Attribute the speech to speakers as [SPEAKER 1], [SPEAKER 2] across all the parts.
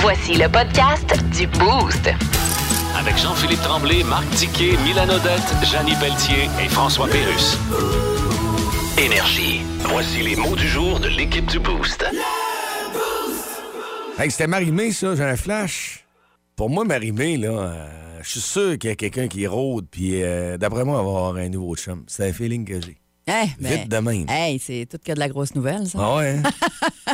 [SPEAKER 1] Voici le podcast du Boost.
[SPEAKER 2] Avec Jean-Philippe Tremblay, Marc Tiquet, Milan Odette, Janine Pelletier et François Pérus. Énergie. Voici les mots du jour de l'équipe du Boost.
[SPEAKER 3] Hey, c'était Marimé, ça, j'ai un flash. Pour moi, Marimé, là, euh, je suis sûr qu'il y a quelqu'un qui rôde, puis euh, d'après moi, elle va avoir un nouveau chum. C'est un feeling que j'ai.
[SPEAKER 4] Hey, ben,
[SPEAKER 3] Vite de même.
[SPEAKER 4] Hey, c'est tout que de la grosse nouvelle, ça.
[SPEAKER 3] Ah ouais? hein?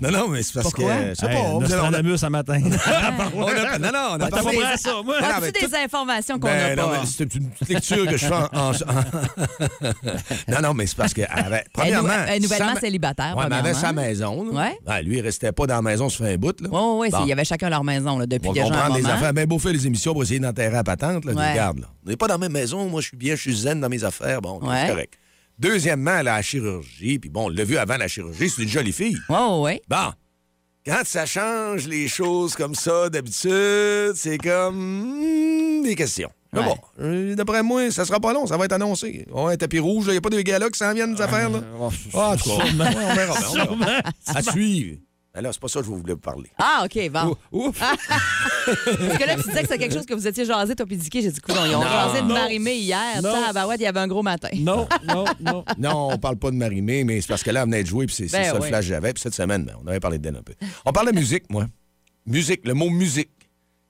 [SPEAKER 3] non, non, mais c'est parce
[SPEAKER 4] Pourquoi?
[SPEAKER 3] que. Je sais
[SPEAKER 5] Hey,
[SPEAKER 3] pas, on-
[SPEAKER 5] Nostradamus ce matin.
[SPEAKER 3] on a- non, non, on a
[SPEAKER 5] T'as pas
[SPEAKER 3] parlé-
[SPEAKER 5] prêt à ça, moi?
[SPEAKER 3] Ah,
[SPEAKER 4] On
[SPEAKER 3] mais
[SPEAKER 4] a-tu
[SPEAKER 3] tout-
[SPEAKER 4] des informations qu'on
[SPEAKER 3] Ben,
[SPEAKER 4] n'a
[SPEAKER 3] non,
[SPEAKER 4] pas?
[SPEAKER 3] mais c'est une petite lecture que je fais en. en- en- non, non, mais c'est parce que. elle avait- premièrement.
[SPEAKER 4] elle est nouvellement
[SPEAKER 3] sa ma-
[SPEAKER 4] célibataire,
[SPEAKER 3] Ouais, mais elle avait sa
[SPEAKER 4] premièrement.
[SPEAKER 3] maison. là.
[SPEAKER 4] Ouais.
[SPEAKER 3] Ah, lui, il restait pas dans la maison, se fait un bout. là.
[SPEAKER 4] Oui, oui,
[SPEAKER 3] Bon.
[SPEAKER 4] il y avait chacun leur maison là, depuis
[SPEAKER 3] On va
[SPEAKER 4] déjà un
[SPEAKER 3] comprendre les
[SPEAKER 4] moment.
[SPEAKER 3] affaires. Bien beau faire les émissions pour essayer d'enterrer à patente. Là,
[SPEAKER 4] Ouais.
[SPEAKER 3] Regarde, là. on n'est pas dans la même maison. Moi, je suis bien, je suis zen dans mes affaires. Bon, là,
[SPEAKER 4] Ouais.
[SPEAKER 3] c'est correct. Deuxièmement, la chirurgie. Puis bon, on l'a vu avant la chirurgie, c'est une jolie fille.
[SPEAKER 4] Oui, oui, oui.
[SPEAKER 3] Bon, quand ça change les choses comme ça, d'habitude, c'est comme hmm, des questions. Mais
[SPEAKER 4] Ouais.
[SPEAKER 3] bon, euh, d'après moi, ça sera pas long, ça va être annoncé. On a un tapis rouge, il n'y a pas de gars là qui s'en viennent des affaires. Là.
[SPEAKER 4] oh,
[SPEAKER 3] Ah, en tout cas, on verra, on verra. À suivre. Alors, c'est pas ça que je voulais vous parler.
[SPEAKER 4] Ah, OK, bon.
[SPEAKER 3] Ouf!
[SPEAKER 4] Parce que là, tu disais que c'est quelque chose que vous étiez jasé, toi, puis Dicky. J'ai dit, coudonc, ils ont jasé de
[SPEAKER 5] Non.
[SPEAKER 4] Marimé hier.
[SPEAKER 5] Non.
[SPEAKER 4] Ça, bah ouais, il y avait un gros matin.
[SPEAKER 5] Non, non, non.
[SPEAKER 3] Non, on parle pas de Marimé, mais c'est parce que là, elle venait de jouer, puis c'est c'est
[SPEAKER 4] Ben
[SPEAKER 3] ça le
[SPEAKER 4] oui.
[SPEAKER 3] flash que j'avais. Puis cette semaine, ben, on avait parlé d'elle un peu. On parlait de musique, moi. Musique, le mot musique.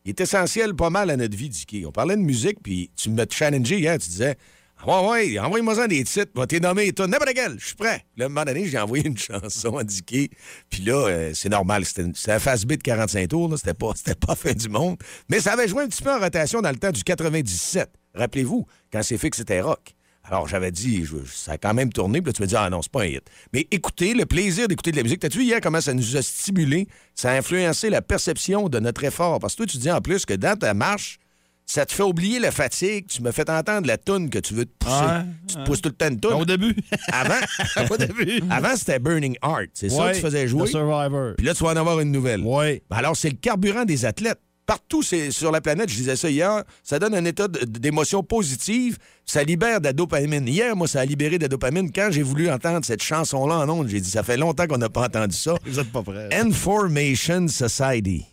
[SPEAKER 3] Il est essentiel pas mal à notre vie, Dicky. On parlait de musique, puis tu me challengeais hier, tu disais Ah Ouais, ouais, envoie-moi en des titres, va t'es nommé, toi, n'importe quel, je suis prêt. Puis Là, à un moment donné, j'ai envoyé une chanson à Dicky, puis là, euh, c'est normal, c'était une- c'était la phase B de 45 tours, là, c'était pas, c'était pas fin du monde. Mais ça avait joué un petit peu en rotation dans le temps du 97. Rappelez-vous, quand c'est fixe, c'était rock. Alors, j'avais dit, je- ça a quand même tourné, puis là, tu me dis, ah non, c'est pas un hit. Mais écoutez, le plaisir d'écouter de la musique, t'as-tu vu hier comment ça nous a stimulé, ça a influencé la perception de notre effort? Parce que toi, tu dis en plus que dans ta marche, ça te fait oublier la fatigue, tu me fais entendre la toune que tu veux te pousser.
[SPEAKER 5] Ouais,
[SPEAKER 3] tu te pousses tout le temps une toune.
[SPEAKER 5] Au début.
[SPEAKER 3] Avant,
[SPEAKER 5] Au début.
[SPEAKER 3] avant c'était Burning Heart, c'est ça
[SPEAKER 5] Ouais,
[SPEAKER 3] que tu faisais jouer.
[SPEAKER 5] The Survivor.
[SPEAKER 3] Puis là, tu vas en avoir une nouvelle.
[SPEAKER 5] Oui.
[SPEAKER 3] Ben Alors, c'est le carburant des athlètes. Partout c'est- sur la planète, je disais ça hier, ça donne un état de- d'émotion positive, ça libère de la dopamine. Hier, moi, ça a libéré de la dopamine. Quand j'ai voulu entendre cette chanson-là en ondes, j'ai dit, ça fait longtemps qu'on n'a pas entendu ça.
[SPEAKER 5] Vous êtes pas prêts.
[SPEAKER 3] Information Society.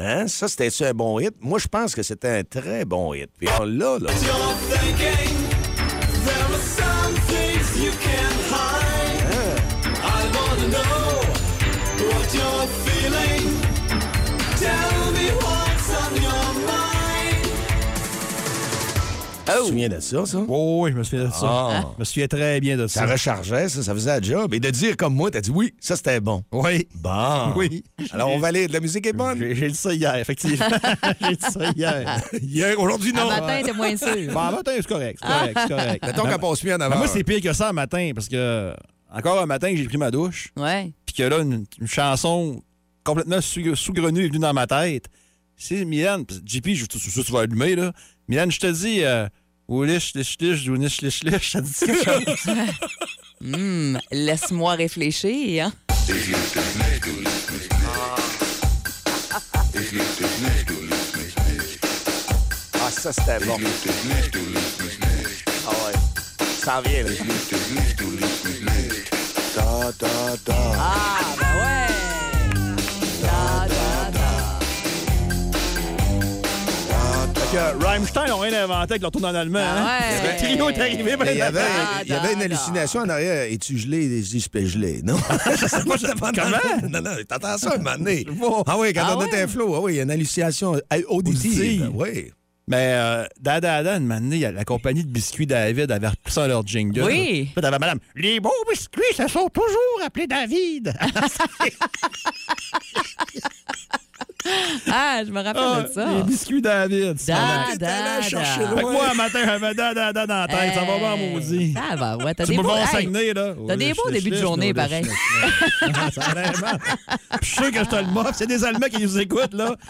[SPEAKER 3] Hein? Ça, c'était un bon hit? Moi, je pense que c'était un très bon hit. Puis alors là, là... Tu te souviens de ça, ça?
[SPEAKER 5] Oh, oui, je me souviens de ça.
[SPEAKER 3] Ah.
[SPEAKER 5] Je me souviens très bien de
[SPEAKER 3] Ça
[SPEAKER 5] ça.
[SPEAKER 3] rechargeait, ça, ça faisait un job. Et de dire comme moi, t'as dit oui, ça c'était bon.
[SPEAKER 5] Oui.
[SPEAKER 3] Bon.
[SPEAKER 5] Oui.
[SPEAKER 3] Alors on valide, la musique est bonne.
[SPEAKER 5] J'ai j'ai dit ça hier, effectivement. J'ai dit ça hier.
[SPEAKER 3] Hier, aujourd'hui,
[SPEAKER 4] Un
[SPEAKER 3] non.
[SPEAKER 4] matin, t'es moins sûr.
[SPEAKER 5] Bon, un matin, c'est correct. C'est correct, c'est correct.
[SPEAKER 3] Mettons
[SPEAKER 5] Mais-
[SPEAKER 3] qu'elle passe mieux en
[SPEAKER 5] mais
[SPEAKER 3] avant.
[SPEAKER 5] Ben, moi, c'est pire que ça un matin, parce que encore un matin, j'ai pris ma douche,
[SPEAKER 4] Ouais.
[SPEAKER 5] puis que là, une, une chanson complètement sous- sous-grenue est venue dans ma tête. C'est Mylène, parce que JP, je suis sûr que tu vas allumer, là. Mylène, je te dis, euh, ou lich, lich, lich, ou niche, lich, lich, ça dit quelque chose.
[SPEAKER 4] Hmm, Laisse-moi réfléchir. hein.
[SPEAKER 3] Ah, ça c'était bon. Ah ouais. Ça en vient, là. Da, da, da.
[SPEAKER 4] Ah, ben ouais. Da, da, da.
[SPEAKER 5] Fait que Rammstein ont rien inventé avec leur tourne en allemand.
[SPEAKER 4] Ah
[SPEAKER 5] hein.
[SPEAKER 4] ouais.
[SPEAKER 5] Le trio est arrivé, ben,
[SPEAKER 3] Mais il y avait,
[SPEAKER 4] Da,
[SPEAKER 3] il y avait
[SPEAKER 4] da,
[SPEAKER 3] une
[SPEAKER 4] da.
[SPEAKER 3] hallucination en arrière. Es-tu gelé? Je dis, je peux gelé. Non? je sais pas, je sais pas. Comment? Non, non, t'entends ça un moment donné. Ah oui, quand
[SPEAKER 4] Ah
[SPEAKER 3] on était
[SPEAKER 4] ouais?
[SPEAKER 3] flow, ah oui, il y a une
[SPEAKER 5] hein?
[SPEAKER 3] hallucination euh, auditive.
[SPEAKER 5] Auditive.
[SPEAKER 3] Oui.
[SPEAKER 5] Mais euh, Dada Dada, une année, la compagnie de biscuits David avait repris ça leur jingle.
[SPEAKER 4] Oui.
[SPEAKER 5] Puis t'avais madame, les beaux biscuits se sont toujours appelés David.
[SPEAKER 4] Ah, je me rappelle de ça.
[SPEAKER 5] Les biscuits David. c'est malade.
[SPEAKER 4] Da,
[SPEAKER 6] T'es
[SPEAKER 4] da,
[SPEAKER 6] allé chercher
[SPEAKER 4] da.
[SPEAKER 5] Ah, Fait que moi, un matin, j'avais da, da, da dans la tête. Ça va bien,
[SPEAKER 4] Hey.
[SPEAKER 5] maudit.
[SPEAKER 4] Ah, bah ouais, t'as
[SPEAKER 5] Tu
[SPEAKER 4] des
[SPEAKER 5] me
[SPEAKER 4] beaux...
[SPEAKER 5] vas
[SPEAKER 4] hey,
[SPEAKER 5] enseigner, là.
[SPEAKER 4] t'as des beaux débuts de journée, pareil.
[SPEAKER 5] Ah, Ça a l'air mal. Puis Je suis sûr que je te le moffe. C'est des Allemands qui nous écoutent, là.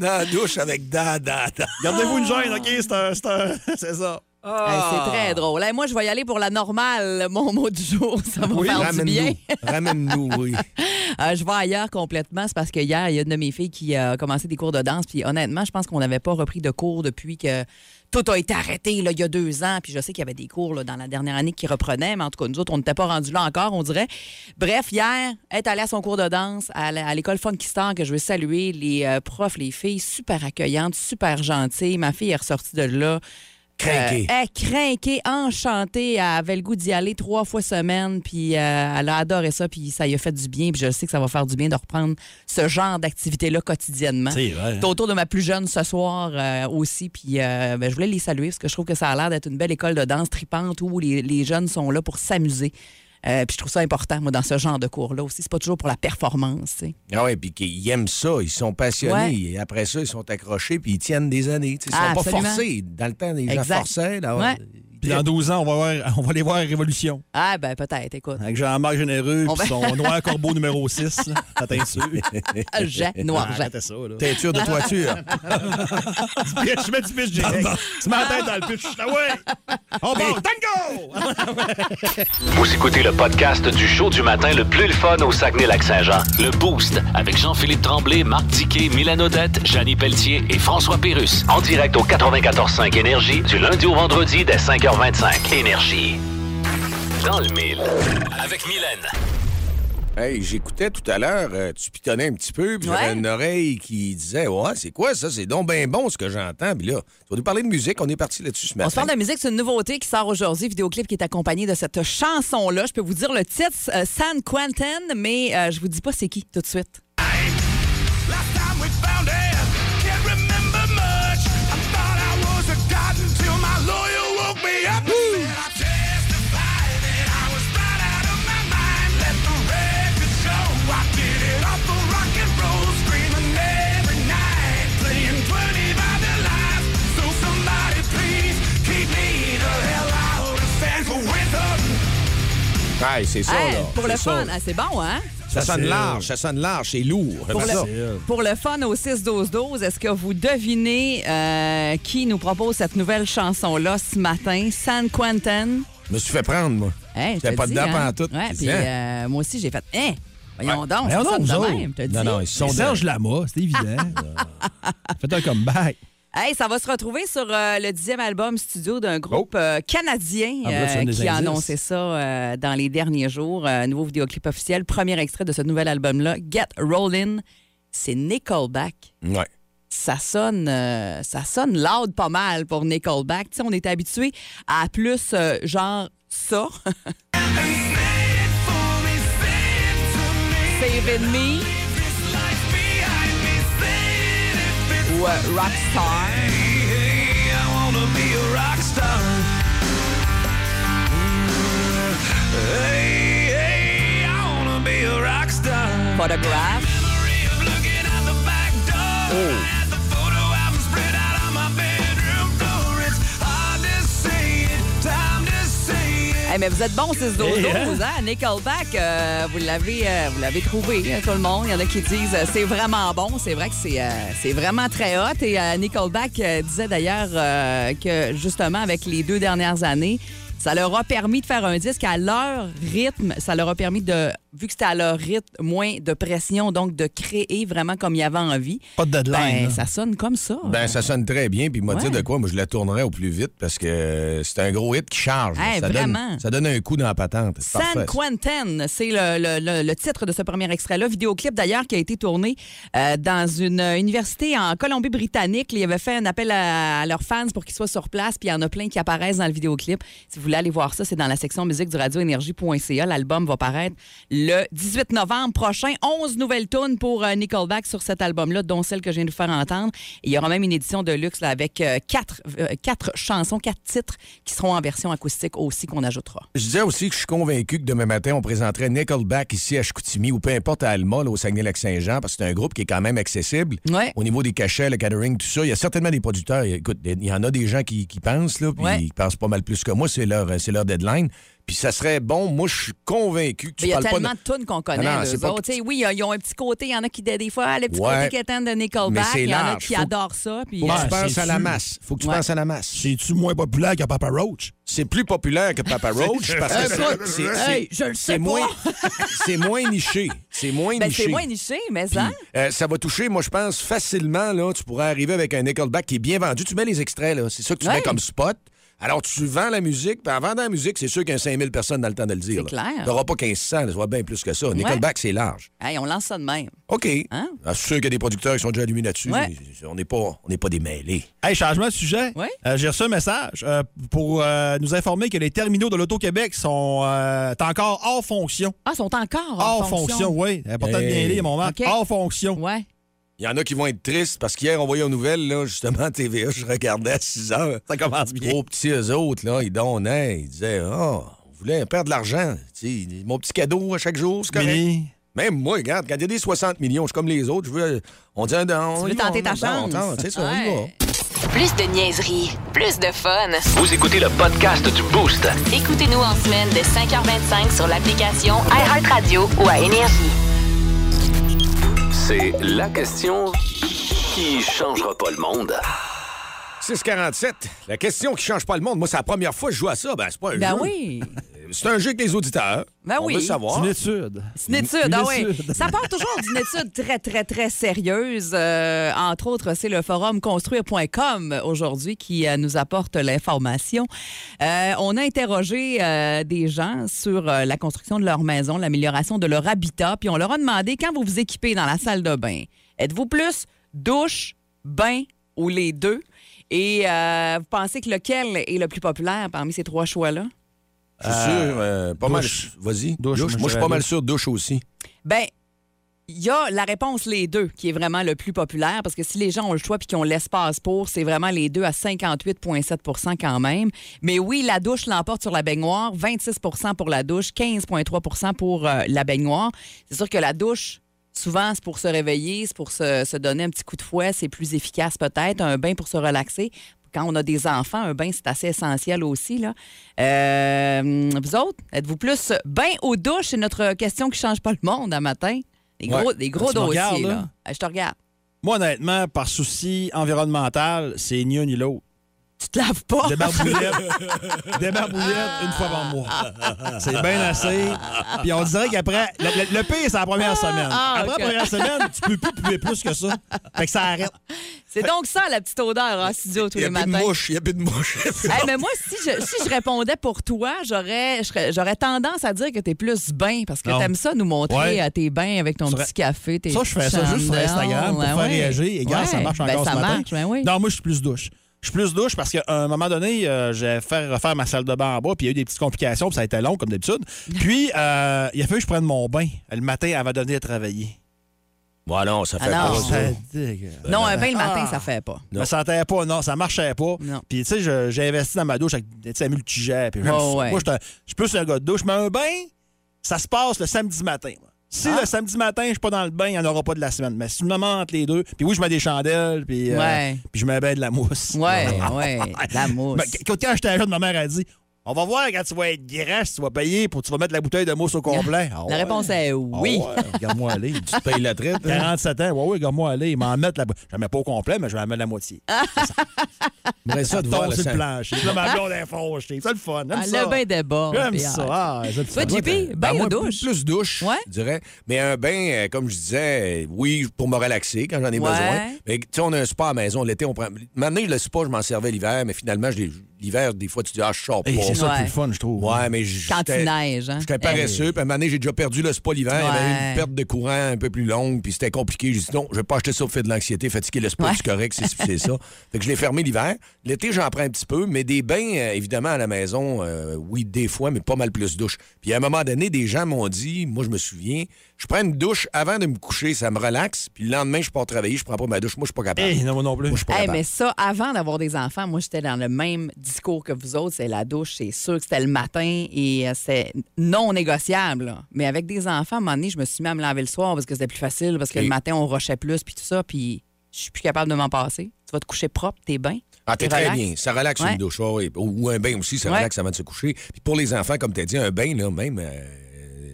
[SPEAKER 3] Dans la douche avec da, da, da.
[SPEAKER 5] Gardez-vous une gêne, OK? C'est un- c'est un- C'est ça.
[SPEAKER 4] hey, c'est très drôle. Hey, moi, je vais y aller pour la normale, mon mot du jour. Ça va faire du bien.
[SPEAKER 3] Ramène-nous. Ramène-nous, oui.
[SPEAKER 4] Euh, je vais ailleurs complètement. C'est parce que hier, il y a une de mes filles qui a commencé des cours de danse. Puis honnêtement, je pense qu'on n'avait pas repris de cours depuis que tout a été arrêté là, il y a deux ans. Puis je sais qu'il y avait des cours là, dans la dernière année qui reprenaient, mais en tout cas, nous autres, on n'était pas rendus là encore, on dirait. Bref, hier, elle est allée à son cours de danse à la- à l'école Funkistar, que je veux saluer. Les euh, profs, les filles, super accueillantes, super gentilles. Ma fille est ressortie de là.
[SPEAKER 3] Crinquée.
[SPEAKER 4] Euh, elle est crinquée, enchantée. Elle avait le goût d'y aller trois fois semaine. Puis euh, elle a adoré ça. Puis ça lui a fait du bien. Puis je sais que ça va faire du bien de reprendre ce genre d'activité-là quotidiennement.
[SPEAKER 5] C'est vrai, hein?
[SPEAKER 4] C'est autour de ma plus jeune ce soir euh, aussi. Puis euh, ben, je voulais les saluer parce que je trouve que ça a l'air d'être une belle école de danse tripante où les, les jeunes sont là pour s'amuser. Euh, puis je trouve ça important, moi, dans ce genre de cours-là aussi. C'est pas toujours pour la performance, tu sais.
[SPEAKER 3] Ah ouais, puis qu'ils aiment ça, ils sont passionnés.
[SPEAKER 4] Ouais.
[SPEAKER 3] Et après ça, ils sont accrochés, puis ils tiennent des années. tu sais, Ils sont
[SPEAKER 4] Ah,
[SPEAKER 3] pas
[SPEAKER 4] absolument.
[SPEAKER 3] forcés. Dans le temps, ils gens
[SPEAKER 4] Exact.
[SPEAKER 3] forçaient. là,
[SPEAKER 4] Ouais.
[SPEAKER 5] Puis dans 12 ans, on va, voir, on va aller voir Révolution.
[SPEAKER 4] Ah, ben peut-être, écoute.
[SPEAKER 5] Avec Jean-Marc Généreux
[SPEAKER 4] On
[SPEAKER 5] puis
[SPEAKER 4] va-
[SPEAKER 5] son noir corbeau numéro 6. là. Ta teinture.
[SPEAKER 4] Ah, Jean, noir, Jean.
[SPEAKER 5] Arrêtez ça, là.
[SPEAKER 3] Teinture de toiture.
[SPEAKER 5] Je mets du pitch direct. Tu mets la tête dans le pitch. Ah ouais!
[SPEAKER 4] Oh,
[SPEAKER 5] On part. Tango!
[SPEAKER 2] Vous écoutez le podcast du show du matin le plus le fun au Saguenay-Lac-Saint-Jean. Le Boost avec Jean-Philippe Tremblay, Marc Diquet, Milan Odette, Janine Pelletier et François Pérus. En direct au 94.5 Énergie du lundi au vendredi dès 5h25. Énergie. Dans le mille. Avec Mylène.
[SPEAKER 3] Hey, j'écoutais tout à l'heure, euh, tu pitonnais un petit peu, puis
[SPEAKER 4] Ouais.
[SPEAKER 3] j'avais une oreille qui disait Ouais, c'est quoi ça? C'est donc bien bon ce que j'entends. Puis là, tu vas nous parler de musique, on est parti là-dessus ce matin.
[SPEAKER 4] On se parle de musique, c'est une nouveauté qui sort aujourd'hui, vidéoclip qui est accompagné de cette chanson-là. Je peux vous dire le titre, euh, San Quentin, mais euh, je vous dis pas c'est qui tout de suite.
[SPEAKER 7] Last time we found it, can't remember much. I thought I was a god until my lawyer woke me up. Said I testified that I was right out of my mind. Let the record show I did it all for rock and roll, screaming every night, playing 20 by the lights. So somebody please keep me the hell out of San Quentin.
[SPEAKER 3] Hey, c'est ça,
[SPEAKER 4] Hey,
[SPEAKER 3] là.
[SPEAKER 4] pour
[SPEAKER 3] C'est
[SPEAKER 4] le
[SPEAKER 3] ça.
[SPEAKER 4] fun, Ah, c'est bon, hein?
[SPEAKER 3] Ça sonne
[SPEAKER 5] Facile.
[SPEAKER 3] large, ça sonne large, c'est lourd.
[SPEAKER 4] Pour
[SPEAKER 3] J'aime ça.
[SPEAKER 4] le, pour le fun au 6-12-12, est-ce que vous devinez euh, qui nous propose cette nouvelle chanson-là ce matin? San Quentin.
[SPEAKER 3] Je me suis fait prendre, moi.
[SPEAKER 4] Hey, je
[SPEAKER 3] J'étais
[SPEAKER 4] te
[SPEAKER 3] pas
[SPEAKER 4] dis,
[SPEAKER 3] dedans
[SPEAKER 4] hein.
[SPEAKER 3] pantoute.
[SPEAKER 4] Ouais,
[SPEAKER 3] Je
[SPEAKER 4] puis,
[SPEAKER 3] dis, hein?
[SPEAKER 4] euh, moi aussi, j'ai fait Hein? Voyons donc,
[SPEAKER 5] Voyons
[SPEAKER 4] ça
[SPEAKER 5] donc,
[SPEAKER 4] sonne de
[SPEAKER 5] nous autres.
[SPEAKER 4] même, je te
[SPEAKER 3] Non,
[SPEAKER 4] dis.
[SPEAKER 3] non, ils sont
[SPEAKER 5] C'est Serge Lama, c'est évident. Faites un comeback.
[SPEAKER 4] Hey, ça va se retrouver sur euh, le dixième album studio d'un groupe
[SPEAKER 5] Oh.
[SPEAKER 4] euh, canadien
[SPEAKER 5] Ah, ben là, tu
[SPEAKER 4] euh,
[SPEAKER 5] donnes des
[SPEAKER 4] qui a
[SPEAKER 5] indices.
[SPEAKER 4] annoncé ça euh, dans les derniers jours. Euh, nouveau vidéoclip officiel, premier extrait de ce nouvel album-là, Get Rollin'. C'est Nickelback.
[SPEAKER 3] dedans. Ouais.
[SPEAKER 4] Ça sonne, euh, ça sonne loud pas mal pour Nickelback. Tu sais, on était habitué à plus euh, genre ça. Saving Me ou euh, Rockstar. Photograph. Hey, Eh, mais vous êtes bon, 6 12 12 hein? Nickelback, euh, vous l'avez euh, vous l'avez trouvé, hein, tout le monde. Il y en a qui disent euh, c'est vraiment bon. C'est vrai que c'est euh, c'est vraiment très hot. Et euh, Nickelback euh, disait d'ailleurs euh, que justement, avec les deux dernières années, ça leur a permis de faire un disque à leur rythme. Ça leur a permis de, vu que c'était à leur rythme, moins de pression, donc de créer vraiment comme il y avait envie.
[SPEAKER 5] Pas de deadline.
[SPEAKER 4] Ben,
[SPEAKER 5] là.
[SPEAKER 4] ça sonne comme ça.
[SPEAKER 3] Ben, ça sonne très bien. Puis, moi,
[SPEAKER 4] Ouais.
[SPEAKER 3] dire de quoi, moi, je la tournerais au plus vite parce que euh, c'est un gros hit qui charge. là.
[SPEAKER 4] Hey,
[SPEAKER 3] ça,
[SPEAKER 4] vraiment.
[SPEAKER 3] donne, ça donne un coup dans la patente. C'est
[SPEAKER 4] San
[SPEAKER 3] parfait.
[SPEAKER 4] Quentin, c'est le, le- le- le titre de ce premier extrait-là. Vidéoclip d'ailleurs qui a été tourné euh, dans une université en Colombie-Britannique. Ils avaient fait un appel à, à leurs fans pour qu'ils soient sur place, puis il y en a plein qui apparaissent dans le vidéoclip. Si vous voulez aller voir ça, c'est dans la section musique du radioénergie.ca. L'album va paraître le le 18 novembre prochain. 11 nouvelles tunes pour euh, Nickelback sur cet album-là, dont celle que je viens de vous faire entendre. Et il y aura même une édition de luxe là, avec euh, quatre, euh, quatre chansons, quatre titres qui seront en version acoustique aussi qu'on ajoutera.
[SPEAKER 3] Je disais aussi que je suis convaincu que demain matin, on présenterait Nickelback ici à Chicoutimi ou peu importe à Alma, là, au Saguenay-Lac-Saint-Jean, parce que c'est un groupe qui est quand même accessible.
[SPEAKER 4] Ouais.
[SPEAKER 3] Au niveau des cachets, le catering, tout ça, il y a certainement des producteurs. Écoute, il y en a des gens qui, qui pensent, là, puis
[SPEAKER 4] Ouais.
[SPEAKER 3] ils pensent pas mal plus que moi. C'est leur, euh, c'est leur deadline. Puis ça serait bon. Moi, je suis convaincu que tu
[SPEAKER 4] Il y a
[SPEAKER 3] parles
[SPEAKER 4] tellement
[SPEAKER 3] pas
[SPEAKER 4] de tunes qu'on connaît,
[SPEAKER 3] Non, non,
[SPEAKER 4] les
[SPEAKER 3] c'est pas-
[SPEAKER 4] autres. Tu sais, Oui, ils ont un petit côté, il y en a qui, des fois, ah, le petit
[SPEAKER 3] Ouais.
[SPEAKER 4] côté quétaine de Nickelback,
[SPEAKER 3] Mais c'est
[SPEAKER 4] il y en a
[SPEAKER 3] large.
[SPEAKER 4] qui
[SPEAKER 3] Faut-
[SPEAKER 4] adorent ça. Puis,
[SPEAKER 3] Faut que
[SPEAKER 4] euh,
[SPEAKER 3] tu
[SPEAKER 5] Ouais,
[SPEAKER 3] penses
[SPEAKER 5] c'est
[SPEAKER 3] à la
[SPEAKER 5] sûr.
[SPEAKER 3] masse. Faut que tu
[SPEAKER 4] Ouais.
[SPEAKER 3] penses à la masse.
[SPEAKER 5] C'est-tu moins populaire que Papa Roach?
[SPEAKER 3] C'est plus populaire que Papa Roach parce que c'est- c'est-
[SPEAKER 4] Hey,
[SPEAKER 3] c'est-
[SPEAKER 4] je le sais
[SPEAKER 3] c'est
[SPEAKER 4] pas.
[SPEAKER 3] moins, c'est moins niché. C'est moins
[SPEAKER 4] ben,
[SPEAKER 3] niché.
[SPEAKER 4] c'est moins niché, mais ça.
[SPEAKER 3] Puis, euh, ça va toucher, moi, je pense, facilement. Là, tu pourrais arriver avec un Nickelback qui est bien vendu. Tu mets les extraits, là. C'est ça que tu
[SPEAKER 4] Ouais.
[SPEAKER 3] mets comme spot. Alors, tu vends la musique. Puis, en vendant la musique, c'est sûr qu'il y a 5000 personnes dans le temps de le dire.
[SPEAKER 4] C'est
[SPEAKER 3] là.
[SPEAKER 4] clair.
[SPEAKER 3] T'auras pas 1500, là, ça va bien plus que ça. Nickelback, c'est large.
[SPEAKER 4] Hey, on lance ça de même.
[SPEAKER 3] OK.
[SPEAKER 4] Hein?
[SPEAKER 3] Ah, c'est sûr qu'il y a des producteurs qui sont déjà allumés là-dessus.
[SPEAKER 4] Ouais.
[SPEAKER 3] mais On n'est pas, on n'est pas démêlés.
[SPEAKER 5] Hey, changement de sujet.
[SPEAKER 4] Oui?
[SPEAKER 5] Euh, J'ai reçu un message euh, pour euh, nous informer que les terminaux de l'Auto-Québec sont euh, encore hors fonction.
[SPEAKER 4] Ah, ils sont encore en
[SPEAKER 5] Hors fonction, oui. Important de bien
[SPEAKER 3] Hey.
[SPEAKER 5] lire, mon Marc.
[SPEAKER 4] OK.
[SPEAKER 5] Hors fonction.
[SPEAKER 4] Ouais.
[SPEAKER 3] Il y en a qui vont être tristes parce qu'hier, on voyait aux nouvelles, là, justement, à TVA, je regardais à 6 heures.
[SPEAKER 5] Ça commence bien.
[SPEAKER 3] Aux petits eux autres, là, ils donnaient, ils disaient, oh, on voulait perdre de l'argent. Tu sais, Mon petit cadeau à chaque jour, c'est correct.
[SPEAKER 5] Mais-
[SPEAKER 3] Même moi, regarde, quand il y a des 60 millions, je suis comme les autres, je veux. euh, On dit, on,
[SPEAKER 4] Tu veux
[SPEAKER 3] y va,
[SPEAKER 4] tenter ta
[SPEAKER 3] on- on
[SPEAKER 4] chance.
[SPEAKER 3] tente, c'est ça, on y va.
[SPEAKER 4] Ouais.
[SPEAKER 1] Plus de niaiserie, plus de fun.
[SPEAKER 2] Vous écoutez le podcast du Boost.
[SPEAKER 1] Écoutez-nous en semaine de 5h25 sur l'application iHeartRadio ou à Énergie.
[SPEAKER 2] C'est la question qui changera pas le monde.
[SPEAKER 3] 6,47. La question qui change pas le monde, moi, c'est la première fois que je joue à ça. Ben, c'est pas un
[SPEAKER 4] Ben
[SPEAKER 3] jeu.
[SPEAKER 4] oui.
[SPEAKER 3] C'est un jeu avec les auditeurs.
[SPEAKER 4] Ben
[SPEAKER 3] on
[SPEAKER 4] oui.
[SPEAKER 3] veut savoir.
[SPEAKER 5] C'est une étude.
[SPEAKER 4] C'est une étude, ah oui.
[SPEAKER 5] étude.
[SPEAKER 4] Ça part toujours d'une étude très, très, très sérieuse. Euh, entre autres, c'est le forum construire.com aujourd'hui qui euh, nous apporte l'information. Euh, on a interrogé euh, des gens sur euh, la construction de leur maison, l'amélioration de leur habitat, puis on leur a demandé quand vous vous équipez dans la salle de bain, êtes-vous plus douche, bain ou les deux? Et euh, vous pensez que lequel est le plus populaire parmi ces trois choix-là?
[SPEAKER 3] Je suis sûr, euh, pas
[SPEAKER 5] douche.
[SPEAKER 3] mal. Vas-y.
[SPEAKER 5] Douche,
[SPEAKER 3] Moi,
[SPEAKER 5] moi,
[SPEAKER 3] je
[SPEAKER 5] je
[SPEAKER 3] suis pas
[SPEAKER 5] dirais
[SPEAKER 3] mal
[SPEAKER 5] douche.
[SPEAKER 3] sûr, douche aussi.
[SPEAKER 4] Ben, il y a la réponse les deux qui est vraiment le plus populaire parce que si les gens ont le choix puis qu'ils ont l'espace pour, c'est vraiment les deux à 58,7 quand même. Mais oui, la douche l'emporte sur la baignoire, 26 pour la douche, 15,3 pour euh, la baignoire. C'est sûr que la douche. Souvent, c'est pour se réveiller, c'est pour se, se donner un petit coup de fouet, c'est plus efficace peut-être, un bain pour se relaxer. Quand on a des enfants, un bain, c'est assez essentiel aussi. Là. Euh, vous autres, êtes-vous plus bain ou douche? C'est notre question qui change pas le monde à matin. Des
[SPEAKER 3] Ouais.
[SPEAKER 4] gros, des gros
[SPEAKER 5] Tu me
[SPEAKER 4] dossiers.
[SPEAKER 5] regardes,
[SPEAKER 4] là.
[SPEAKER 5] là?
[SPEAKER 4] Ah, Je te regarde.
[SPEAKER 5] Moi, honnêtement, par souci environnemental, c'est ni un ni l'autre.
[SPEAKER 4] Tu te laves pas.
[SPEAKER 5] Des barbouillettes. des barbouillettes une fois par mois. C'est bien assez. Puis on dirait qu'après, le, le- le pire, c'est la première semaine.
[SPEAKER 4] ah,
[SPEAKER 5] Après
[SPEAKER 4] ok.
[SPEAKER 5] la première semaine, tu peux plus puer plus que ça. Fait que ça arrête.
[SPEAKER 4] C'est donc ça, la petite odeur en studio tous
[SPEAKER 3] Il y a
[SPEAKER 4] les
[SPEAKER 3] plus de
[SPEAKER 4] matins.
[SPEAKER 3] mouche. Il y a plus de mouche.
[SPEAKER 4] Hey, mais moi, si je, si je répondais pour toi, j'aurais, je serais- j'aurais tendance à dire que t'es plus bain parce que
[SPEAKER 5] Non.
[SPEAKER 4] t'aimes ça nous montrer
[SPEAKER 5] Ouais.
[SPEAKER 4] à tes bains avec ton
[SPEAKER 5] Sur-
[SPEAKER 4] petit café. Tes
[SPEAKER 5] Ça, je fais ça
[SPEAKER 4] petits
[SPEAKER 5] juste sur
[SPEAKER 4] chandons.
[SPEAKER 5] Instagram pour
[SPEAKER 4] Ouais,
[SPEAKER 5] faire
[SPEAKER 4] ouais.
[SPEAKER 5] réagir. Et gars, ça
[SPEAKER 4] Ouais.
[SPEAKER 5] marche
[SPEAKER 4] Ben,
[SPEAKER 5] encore
[SPEAKER 4] ça
[SPEAKER 5] ce matin.
[SPEAKER 4] marche, ben oui.
[SPEAKER 5] Non, moi, je suis plus douche. Je suis plus douche parce qu'à un moment donné, euh, j'ai fait refaire ma salle de bain en bas, puis il y a eu des petites complications, puis ça a été long, comme d'habitude. Puis, euh, il a fallu que je prenne mon bain le matin avant de venir travailler.
[SPEAKER 3] Bon, non, ça fait
[SPEAKER 4] Ah, non.
[SPEAKER 3] pas Oh, ça.
[SPEAKER 5] C'était dégueulasse.
[SPEAKER 4] Non, un bain le matin,
[SPEAKER 5] Ah.
[SPEAKER 4] ça fait pas.
[SPEAKER 5] Je me sentais pas, non, ça marchait pas.
[SPEAKER 4] Non.
[SPEAKER 5] Puis, tu sais, je- j'ai investi dans ma douche avec tu sais, un multijet. Puis, j'aime
[SPEAKER 4] Ouais,
[SPEAKER 5] ça.
[SPEAKER 4] ouais.
[SPEAKER 5] Moi, j'étais- je suis plus un gars de douche, mais un bain, ça se passe le samedi matin. moi. Si
[SPEAKER 4] Ah.
[SPEAKER 5] le samedi matin, je suis pas dans le bain, il n'y en aura pas de la semaine. Mais si me entre les deux, puis oui, je mets des chandelles, puis, euh,
[SPEAKER 4] Ouais.
[SPEAKER 5] puis je mets ben de la mousse.
[SPEAKER 4] Ouais, ouais, de la mousse.
[SPEAKER 5] Mais quand quand j'étais jeune, ma mère a dit On va voir quand tu vas être grand, si tu vas payer pour tu vas mettre la bouteille de mousse au complet. Ah
[SPEAKER 4] La
[SPEAKER 5] ouais.
[SPEAKER 4] réponse est
[SPEAKER 5] Ah
[SPEAKER 4] oui.
[SPEAKER 5] ouais, Regarde-moi aller. Tu
[SPEAKER 3] Tu payes la traite. hein?
[SPEAKER 5] 47 ans, ouais, ouais, regarde-moi aller. Ils m'en mettent la. Je la mets pas au complet, mais je vais en mettre la moitié.
[SPEAKER 3] J'aimerais ça de voir
[SPEAKER 5] Ton
[SPEAKER 3] le
[SPEAKER 5] sur le Ah!
[SPEAKER 3] sang.
[SPEAKER 5] plancher. Là, ma blonde est fauche. C'est ça le fun. J'aime
[SPEAKER 4] Ah,
[SPEAKER 5] ça.
[SPEAKER 4] le bain déborde.
[SPEAKER 5] J'aime
[SPEAKER 4] puis,
[SPEAKER 5] ça.
[SPEAKER 4] ah,
[SPEAKER 5] ben, Ah, j'aime ça.
[SPEAKER 4] Toi, JP, bain
[SPEAKER 3] Ben,
[SPEAKER 4] ou
[SPEAKER 3] moi,
[SPEAKER 4] douche?
[SPEAKER 3] Plus, plus douche,
[SPEAKER 4] Ouais.
[SPEAKER 3] je dirais. Mais un bain, euh, comme je disais, euh, oui, pour me relaxer quand j'en ai
[SPEAKER 4] Ouais.
[SPEAKER 3] besoin. Mais tu sais, on a un spa à la maison. L'été, on prend. Maintenant, le spa, je m'en servais l'hiver, mais finalement, je l'ai- l'hiver, des fois, tu dis, ah, je sors pas.
[SPEAKER 5] Hey, Eh, c'est ça
[SPEAKER 4] Ouais.
[SPEAKER 5] plus fun, je trouve.
[SPEAKER 3] Ouais, mais j-
[SPEAKER 4] Quand
[SPEAKER 3] j'étais-
[SPEAKER 4] il neige, hein.
[SPEAKER 3] J'étais paresseux. Puis à un moment donné, j'ai déjà perdu le spa l'hiver. Il y avait
[SPEAKER 4] Ouais.
[SPEAKER 3] une perte de courant un peu plus longue. Puis c'était compliqué. J'ai dit non, je vais pas acheter ça pour faire de l'anxiété, fatiguer le spa,
[SPEAKER 4] Ouais.
[SPEAKER 3] c'est correct, c'est c'est ça. Fait que je l'ai fermé l'hiver. L'été, j'en prends un petit peu, mais des bains, euh, évidemment, à la maison, euh, oui, des fois, mais pas mal plus douche. Puis à un moment donné, des gens m'ont dit, moi, je me souviens, je prends une douche avant de me coucher, ça me relaxe. Puis le lendemain, je pars travailler, je prends pas ma douche. Moi, je suis pas capable.
[SPEAKER 5] Hey, Eh, non, moi non plus.
[SPEAKER 3] Moi, je suis pas
[SPEAKER 4] Hey,
[SPEAKER 3] capable.
[SPEAKER 4] Eh, mais ça, avant d'avoir des enfants, moi, j'étais dans le même discours que vous autres. C'est la douche, c'est sûr que c'était le matin et euh, c'est non négociable. là. Mais avec des enfants, à un moment donné, je me suis mis à me laver le soir parce que c'était plus facile, parce que
[SPEAKER 3] Et-
[SPEAKER 4] le matin, on rushait plus, puis tout ça, puis je suis plus capable de m'en passer. Tu vas te coucher propre, t'es bien.
[SPEAKER 3] Ah, t'es
[SPEAKER 4] t'es
[SPEAKER 3] très
[SPEAKER 4] relax.
[SPEAKER 3] bien. Ça relaxe
[SPEAKER 4] Ouais.
[SPEAKER 3] une douche. Ah oui. ou, ou un bain aussi, ça
[SPEAKER 4] Ouais.
[SPEAKER 3] relaxe avant de se coucher. Puis pour les enfants, comme t'as dit, un bain, là, même euh,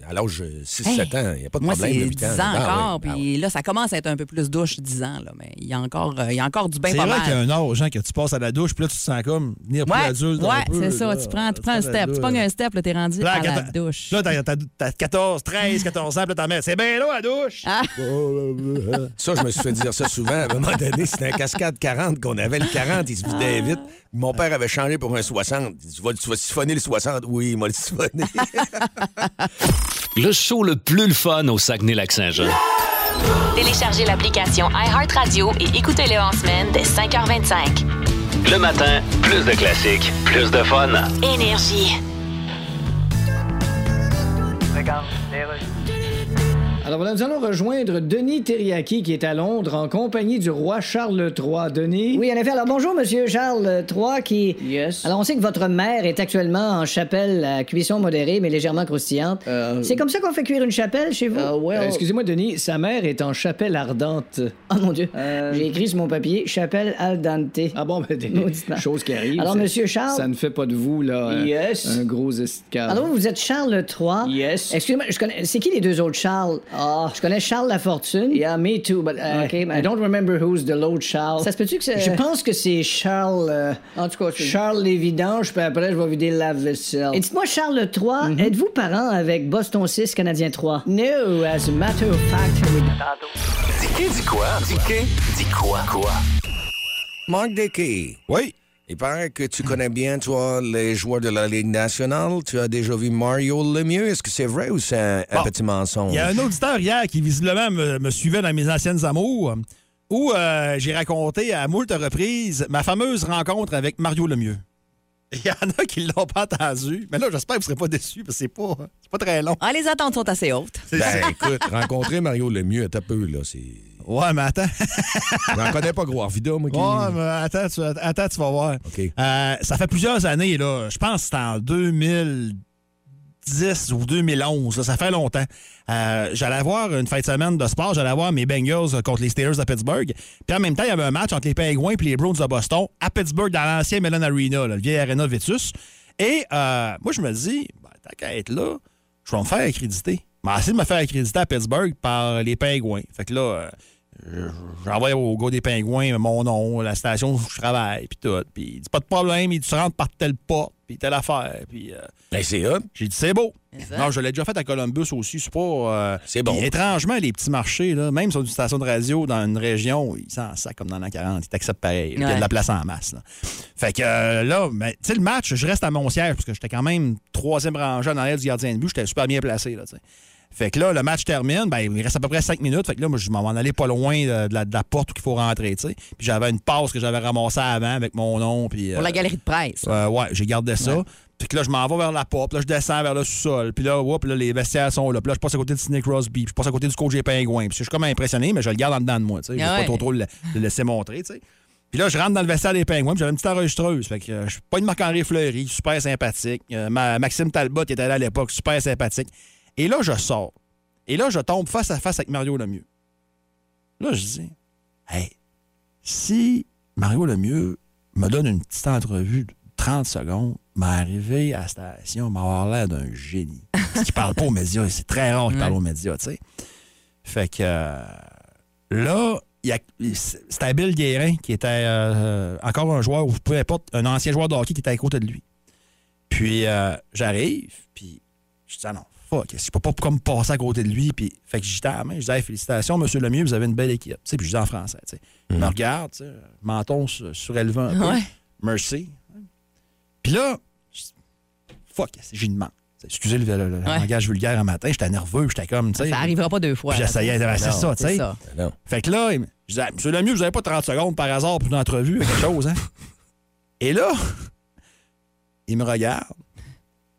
[SPEAKER 3] à l'âge de 6-7
[SPEAKER 4] Hey,
[SPEAKER 3] ans, Ah, il n'y a pas de
[SPEAKER 4] Moi, c'est
[SPEAKER 3] problème.
[SPEAKER 4] 10 ans
[SPEAKER 5] Ah
[SPEAKER 4] encore, puis là, ça commence à être un peu plus douche, 10 ans, là, mais il y a encore, euh, il y a encore du bain
[SPEAKER 5] C'est
[SPEAKER 4] pas
[SPEAKER 5] vrai
[SPEAKER 4] mal.
[SPEAKER 5] qu'il y a un âge, hein, que tu passes à la douche, puis là, tu te sens comme venir plus
[SPEAKER 4] Ouais,
[SPEAKER 5] adulte. un
[SPEAKER 4] ouais,
[SPEAKER 5] peu,
[SPEAKER 4] c'est ça.
[SPEAKER 5] là.
[SPEAKER 4] Tu prends, tu prends un
[SPEAKER 5] prends la
[SPEAKER 4] step. Tu
[SPEAKER 5] douche.
[SPEAKER 4] pognes un step, là, t'es rendu
[SPEAKER 5] Là,
[SPEAKER 4] à la
[SPEAKER 5] t'as-
[SPEAKER 4] douche.
[SPEAKER 5] Là, t'as- t'as t'as 14, 13, 14 ans, puis là, ta mère, c'est bien là, la douche.
[SPEAKER 3] Ça, je me suis fait dire ça souvent. À un moment donné, c'était un cascade 40 qu'on avait. Le 40, il se vidait vite. Mon père avait changé pour un 60. Il dit, tu vas, tu vas siphonner le 60. Oui, il m'a le siphonné.
[SPEAKER 2] Le show le plus le fun au Saguenay-Lac-Saint-Jean.
[SPEAKER 1] Téléchargez l'application iHeartRadio et écoutez-le en semaine dès 5h25.
[SPEAKER 2] Le matin, plus de classiques, plus de fun.
[SPEAKER 1] Énergie.
[SPEAKER 8] Alors voilà, nous allons rejoindre Denis Terriaki qui est à Londres en compagnie du roi Charles III. Denis.
[SPEAKER 9] Oui, en effet. Alors bonjour, Monsieur Charles III, qui.
[SPEAKER 8] Yes.
[SPEAKER 9] Alors on sait que votre mère est actuellement en chapelle à cuisson modérée mais légèrement croustillante.
[SPEAKER 8] Euh,
[SPEAKER 9] C'est comme ça qu'on fait cuire une chapelle chez vous
[SPEAKER 8] Euh, well- Euh, Excusez-moi, Denis, sa mère est en chapelle ardente.
[SPEAKER 9] Oh mon Dieu.
[SPEAKER 8] Euh,
[SPEAKER 9] J'ai écrit sur mon papier chapelle al dente.
[SPEAKER 8] Ah bon, ben, des
[SPEAKER 9] Maudit.
[SPEAKER 8] choses qui arrivent.
[SPEAKER 9] Alors,
[SPEAKER 8] ça-
[SPEAKER 9] Monsieur Charles-
[SPEAKER 8] Ça ne fait pas de vous, là, un-
[SPEAKER 9] Yes.
[SPEAKER 8] un gros escale.
[SPEAKER 9] Alors vous êtes Charles III.
[SPEAKER 8] Yes.
[SPEAKER 9] Excusez-moi, je connais. C'est qui les deux autres Charles Ah. Je connais Charles la Fortune.
[SPEAKER 8] Yeah, me too, but uh,
[SPEAKER 9] Okay, ben-
[SPEAKER 8] I don't remember who's the Lord Charles.
[SPEAKER 9] Ça se peut-tu que c'est-
[SPEAKER 8] Je pense que c'est Charles... euh,
[SPEAKER 9] En tout cas, c'est-
[SPEAKER 8] Charles les vidanges, puis après, je vais vider la vaisselle. Mm-hmm.
[SPEAKER 9] Et dites-moi, Charles III, êtes-vous parent avec Boston 6, Canadien 3
[SPEAKER 8] No, as a matter of fact, we
[SPEAKER 2] Dicky dit quoi? Dicky dit quoi? Quoi?
[SPEAKER 3] Marc Dickey.
[SPEAKER 5] Oui.
[SPEAKER 3] Il paraît que tu connais bien, toi, les joueurs de la Ligue nationale. Tu as déjà vu Mario Lemieux. Est-ce que c'est vrai ou c'est un, un
[SPEAKER 5] Bon.
[SPEAKER 3] petit mensonge?
[SPEAKER 5] Il y a un auditeur hier qui visiblement me, me suivait dans mes anciennes amours où euh, j'ai raconté à moult reprises ma fameuse rencontre avec Mario Lemieux. Il y en a qui l'ont pas entendu, mais là, j'espère que vous serez pas déçus parce que c'est pas, c'est pas très long.
[SPEAKER 4] Ah, les attentes sont assez hautes.
[SPEAKER 3] Ben écoute, rencontrer Mario Lemieux, t'as peu, là, c'est...
[SPEAKER 5] Ouais, mais attends. Hmm.
[SPEAKER 3] J'en connais pas gros Arvida, moi, qui...
[SPEAKER 5] Ouais, mais attends, tu, attends, tu vas voir.
[SPEAKER 3] OK.
[SPEAKER 5] Euh, ça fait plusieurs années, là. Je pense que c'était en 2010 ou 2011. là, ça fait longtemps. Euh, j'allais voir une fin de semaine de sport. J'allais voir mes Bengals contre les Steelers de Pittsburgh. Puis en même temps, il y avait un match entre les Penguins et les Browns de Boston à Pittsburgh dans l'ancien Mellon Arena, là, le vieil Arena Vetus. Et euh, moi, je me dis, ben, tant qu'à être là, je vais me faire accréditer. Je vais essayer de me faire accréditer à Pittsburgh par les Pingouins. Fait que là... euh, J'envoie au gars des pingouins mon nom, la station où je travaille, puis tout. Puis il dit pas de problème, il dit tu rentres par telle porte, puis telle affaire. Puis euh,
[SPEAKER 3] Ben, c'est hop.
[SPEAKER 5] j'ai dit c'est beau.
[SPEAKER 4] ça.
[SPEAKER 5] Non, je l'ai déjà fait à Columbus aussi, c'est pas. euh,
[SPEAKER 3] C'est bon.
[SPEAKER 5] puis Étrangement, les petits marchés, là, même sur une station de radio dans une région, ils s'en sacent comme dans la 40, ils t'acceptent pareil. là, puis Il y a
[SPEAKER 4] Ouais.
[SPEAKER 5] de la place en masse. là. Fait que euh, là, ben, tu sais, le match, je reste à mon siège parce que j'étais quand même troisième rangé en arrière du gardien de but, j'étais super bien placé. Là, tu sais. Fait que là, le match termine, ben, il reste à peu près 5 minutes. Fait que là, moi, je m'en allais pas loin euh, de, de la, de la porte où il faut rentrer, tu sais. Puis j'avais une passe que j'avais ramassée avant avec mon nom. Puis,
[SPEAKER 4] Pour
[SPEAKER 5] euh,
[SPEAKER 4] la galerie de presse.
[SPEAKER 5] euh, ouais, j'ai gardé ça. Puis que là, je m'en vais vers la porte. Puis Là, je descends vers le sous-sol. Puis là, oups, là, les vestiaires sont là. Puis là, je passe à côté de Sidney Crosby. Puis je passe à côté du coach des Pingouins. Puis je suis comme impressionné, mais je le garde en dedans de moi. Tu sais, je vais
[SPEAKER 4] Ah
[SPEAKER 5] pas
[SPEAKER 4] ouais.
[SPEAKER 5] trop trop le, le laisser montrer, tu sais. Puis là, je rentre dans le vestiaire des Pingouins. Puis j'avais une petite enregistreuse. Fait que euh, je suis pas une Marc-Henri Fleury, super sympathique. Euh, ma- Maxime Talbot, qui était là à l'époque, super sympathique. Et là, je sors. Et là, je tombe face à face avec Mario Lemieux. Là, je dis, hey, si Mario Lemieux me donne une petite entrevue de 30 secondes, m'arriver à la station, m'avoir l'air d'un génie. Parce qu'il parle pas aux médias, c'est très rare qu'il parle aux médias, tu sais. Fait que euh, là, il y a- c'était Bill Guérin qui était euh, euh, encore un joueur, ou peu importe, un ancien joueur de hockey qui était à côté de lui. Puis euh, j'arrive, puis je dis ah non, fuck, je peux pas comme passer à côté de lui. Puis, fait que j'étais à la main, je disais Hey, félicitations, monsieur Lemieux, vous avez une belle équipe. Tu sais, puis je dis en français, tu sais. Il me regarde, tu sais, menton sur- surélevé un peu.
[SPEAKER 4] Ouais.
[SPEAKER 5] Merci. Puis là, je dis, fuck, j'ai une manque. Excusez le, le- le langage vulgaire un matin, j'étais nerveux, j'étais comme, tu sais.
[SPEAKER 4] Ça arrivera pas deux fois.
[SPEAKER 5] Puis j'essayais,
[SPEAKER 4] là.
[SPEAKER 5] ben, c'est
[SPEAKER 4] Non,
[SPEAKER 5] ça, tu sais.
[SPEAKER 3] Non.
[SPEAKER 5] Fait que là, il me- je disais, Monsieur Lemieux, vous avez pas 30 secondes par hasard pour une entrevue, quelque chose, hein? Et là, il me regarde.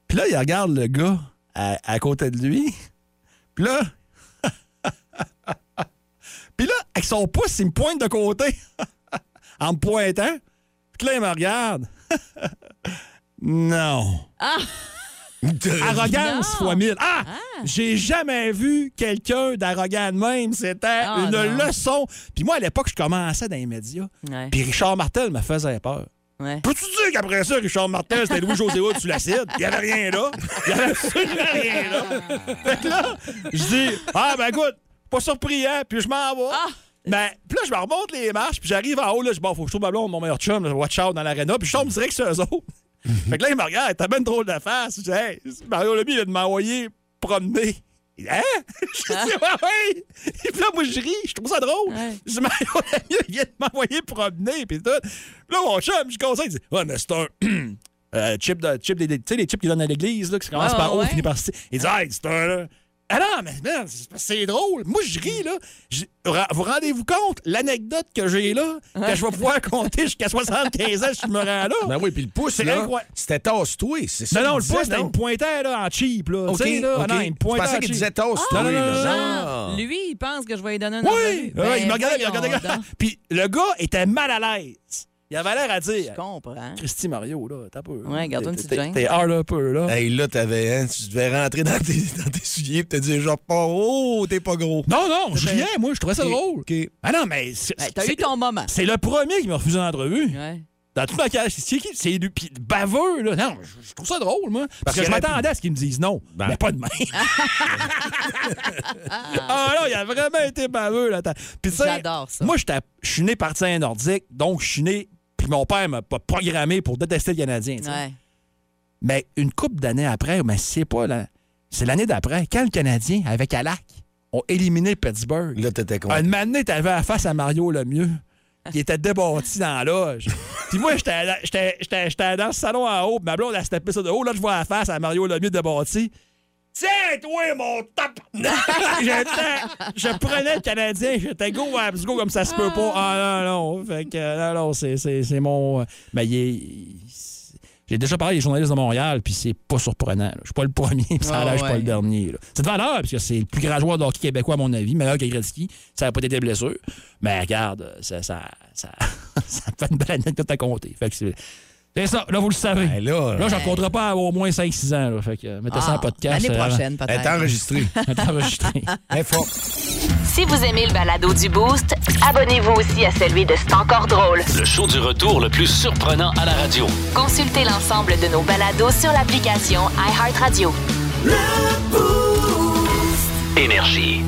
[SPEAKER 5] Puis là, il regarde le gars à, à côté de lui. Puis là, puis là, avec son pouce, il me pointe de côté en me pointant. Puis là, il me regarde. non. Arrogance
[SPEAKER 4] Non.
[SPEAKER 5] fois mille. Ah! J'ai jamais vu quelqu'un d'arrogant de même. C'était
[SPEAKER 4] Ah,
[SPEAKER 5] une
[SPEAKER 4] non.
[SPEAKER 5] leçon. Puis moi, à l'époque, je commençais dans les médias.
[SPEAKER 4] Ouais.
[SPEAKER 5] Puis Richard Martel me faisait peur.
[SPEAKER 4] Ouais.
[SPEAKER 5] Peux-tu dire qu'après ça, Richard Martel, c'était Louis-José Hood sous l'acide? Il n'y avait rien là. Il n'y avait absolument rien là. Fait que là, je dis, ah ben écoute, pas surpris, hein, puis je m'en vais.
[SPEAKER 4] Ah!
[SPEAKER 5] Ben, puis là, je me remonte les marches, puis j'arrive en haut, là, je dis, bon, faut que je trouve ma blonde, mon meilleur chum, là, watch out dans l'aréna, puis je tombe direct sur eux autres. fait que là, ils me regardent, t'as ben drôle de face. Je dis, hey, Mario Leby, il a de m'envoyer promener. Il dit, Hein? Je dis, ouais, ouais. Et puis là, moi, je ris, je trouve ça drôle.
[SPEAKER 4] Ah. Ouais.
[SPEAKER 5] Je dis, Mario Lemieux, il vient de m'envoyer promener, puis tout. Puis là, mon chum, je conseille, il dit, ouais, mais c'est un. euh, chip de, chip des, des- tu sais, les chips qu'ils donnent à l'église, là, qui commencent
[SPEAKER 4] Ouais,
[SPEAKER 5] par
[SPEAKER 4] ouais,
[SPEAKER 5] O,
[SPEAKER 4] ouais.
[SPEAKER 5] finit par C. Il dit, hey, c'est un. là. Ah non, mais man, c'est- c'est drôle. Moi, je ris, là. Je- ra- vous rendez-vous compte, l'anecdote que j'ai là, que je vais pouvoir compter jusqu'à 75 ans si je me rends là?
[SPEAKER 3] Ben oui, puis le pouce,
[SPEAKER 5] C'est
[SPEAKER 3] là,
[SPEAKER 5] incroyable.
[SPEAKER 3] c'était tasse-toi, c'est ça
[SPEAKER 5] Non, non,
[SPEAKER 3] qu'il disait,
[SPEAKER 5] le pouce, là, il
[SPEAKER 3] non?
[SPEAKER 5] me pointait là, en cheap, là.
[SPEAKER 3] OK,
[SPEAKER 5] tu sais, là,
[SPEAKER 3] OK.
[SPEAKER 5] non, il me
[SPEAKER 3] Je
[SPEAKER 5] pointait
[SPEAKER 3] pensais
[SPEAKER 5] en
[SPEAKER 3] qu'il
[SPEAKER 5] cheap.
[SPEAKER 3] disait tasse-toi.
[SPEAKER 5] Ah, non, non, non, non,
[SPEAKER 4] Ah, Lui, il pense que je vais lui donner Ben, un
[SPEAKER 5] Oui! Ouais, il me regardait, il me regardait. Puis le gars était mal à l'aise. Il avait l'air à dire.
[SPEAKER 4] Je comprends.
[SPEAKER 5] Christy Mario, là, t'as peu.
[SPEAKER 4] Ouais, garde-toi une
[SPEAKER 5] T'es-
[SPEAKER 4] petite
[SPEAKER 5] t'es-
[SPEAKER 4] gêne.
[SPEAKER 5] T'es hard un peu, là.
[SPEAKER 3] Hey, là, t'avais, hein, tu devais rentrer dans tes, dans tes souliers et te dire, genre, pas- oh, t'es pas gros.
[SPEAKER 5] Non, non, je
[SPEAKER 3] T'as-
[SPEAKER 5] riais, moi, je trouvais ça
[SPEAKER 3] OK,
[SPEAKER 5] drôle.
[SPEAKER 3] OK.
[SPEAKER 5] Ah non, mais. c'est-
[SPEAKER 4] Ben, T'as
[SPEAKER 5] c'est-
[SPEAKER 4] eu ton moment.
[SPEAKER 5] C'est le premier qui m'a refusé une entrevue.
[SPEAKER 4] Ouais.
[SPEAKER 5] Dans toute ma carrière, c'est qui? C'est lui. Puis baveux, là. Non, je, je trouve ça drôle, moi. Parce, que
[SPEAKER 3] qu'il
[SPEAKER 5] je
[SPEAKER 3] aurait pu-
[SPEAKER 5] m'attendais à ce qu'ils me disent non.
[SPEAKER 3] Ben.
[SPEAKER 5] Mais pas de main. ah non, il a vraiment été baveux, là. Puis tu sais,
[SPEAKER 4] J'adore ça.
[SPEAKER 5] Moi, j'étais- je suis né parti nordique, donc je suis né. Puis mon père m'a pas programmé pour détester le Canadien. tu sais.
[SPEAKER 4] Ouais. Ah,
[SPEAKER 5] Mais une couple d'années après, mais c'est pas la- C'est l'année d'après, quand le Canadien, avec Alak, ont éliminé Pittsburgh.
[SPEAKER 3] Là, t'étais con.
[SPEAKER 5] Un moment donné, t'avais la face à Mario Lemieux, qui était débattu dans la loge. Puis moi, j'étais à la- j'étais j'étais- j'étais dans le salon en haut, puis ma blonde, elle se tapait ça de haut. Là, je vois la face à Mario Lemieux débattu. Tiens, toi, mon top! J'étais- je prenais le Canadien, j'étais go, abs go, comme ça se peut pas. Ah non, non. Fait que, euh, non, non, c'est- c'est c'est mon. euh, Mais il est- il- J'ai déjà parlé des journalistes de Montréal, puis c'est pas surprenant. là. Je suis pas le premier, puis ça a
[SPEAKER 4] Ah
[SPEAKER 5] l'air, je suis pas
[SPEAKER 4] ouais.
[SPEAKER 5] le dernier. là. C'est de valeur, parce que c'est le plus grand joueur de hockey québécois, à mon avis, meilleur que Gretzky. Ça n'a pas été des blessures. Mais regarde, ça, ça, ça, ça fait une belle anecdote à compter. Fait que c'est. C'est ça, là, vous le savez.
[SPEAKER 3] Ben là,
[SPEAKER 5] Là, j'en compterai pas à au moins 5-6 ans. Là. Fait que euh, mettez ça en
[SPEAKER 4] Ah,
[SPEAKER 5] podcast.
[SPEAKER 4] L'année
[SPEAKER 5] euh,
[SPEAKER 4] prochaine,
[SPEAKER 3] elle est
[SPEAKER 4] peut-être.
[SPEAKER 3] enregistrée.
[SPEAKER 5] avant- enregistré.
[SPEAKER 3] Elle est forte.
[SPEAKER 1] Si vous aimez le balado du Boost, abonnez-vous aussi à celui de C'est encore drôle.
[SPEAKER 2] Le show du retour le plus surprenant à la radio.
[SPEAKER 1] Consultez l'ensemble de nos balados sur l'application iHeartRadio.
[SPEAKER 2] Énergie.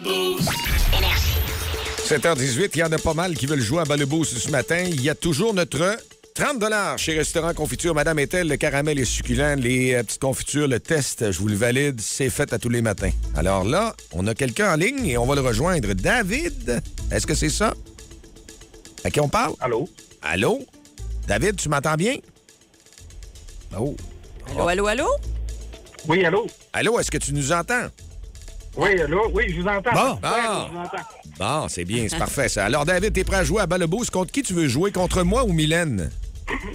[SPEAKER 1] Énergie.
[SPEAKER 3] 7h18, il y en a pas mal qui veulent jouer à Balebo ce matin. Il y a toujours notre 30 chez Restaurant Confiture. Madame Etel, le caramel est succulent, les euh, petites confitures, le test, je vous le valide, c'est fait à tous les matins. Alors là, on a quelqu'un en ligne et on va le rejoindre. David, est-ce que c'est ça? À qui on parle?
[SPEAKER 10] Allô?
[SPEAKER 3] Allô? David, tu m'entends bien? Oh.
[SPEAKER 4] Allô, allô, allô?
[SPEAKER 10] Oui, allô?
[SPEAKER 3] Allô, est-ce que tu nous entends?
[SPEAKER 10] Oui, allô? Oui, je vous entends.
[SPEAKER 3] Bon.
[SPEAKER 10] Ouais,
[SPEAKER 3] Ah.
[SPEAKER 10] je vous entends.
[SPEAKER 3] Bon, c'est bien, c'est parfait ça. Alors, David, t'es prêt à jouer à Balebousse? Contre qui tu veux jouer? Contre moi ou Mylène?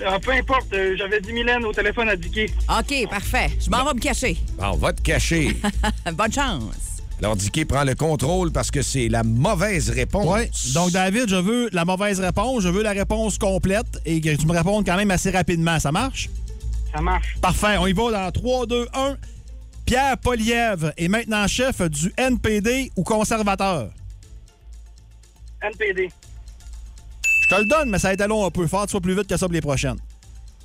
[SPEAKER 10] Ah, peu importe, euh, j'avais dit Mylène au téléphone à Dicky.
[SPEAKER 4] OK, parfait. Je m'en vais me cacher.
[SPEAKER 3] Bon, va te cacher.
[SPEAKER 4] Bonne chance.
[SPEAKER 3] Alors, Dicky prend le contrôle parce que c'est la mauvaise réponse.
[SPEAKER 5] Donc, David, je veux la mauvaise réponse. Je veux la réponse complète et que tu me répondes quand même assez rapidement. Ça marche?
[SPEAKER 10] Ça marche.
[SPEAKER 5] Parfait. On y va dans 3, 2, 1. Pierre Poliev est maintenant chef du NPD ou conservateur?
[SPEAKER 10] NPD.
[SPEAKER 5] Je te le donne, mais ça a été long un peu. Faire soit plus vite que ça pour les prochaines.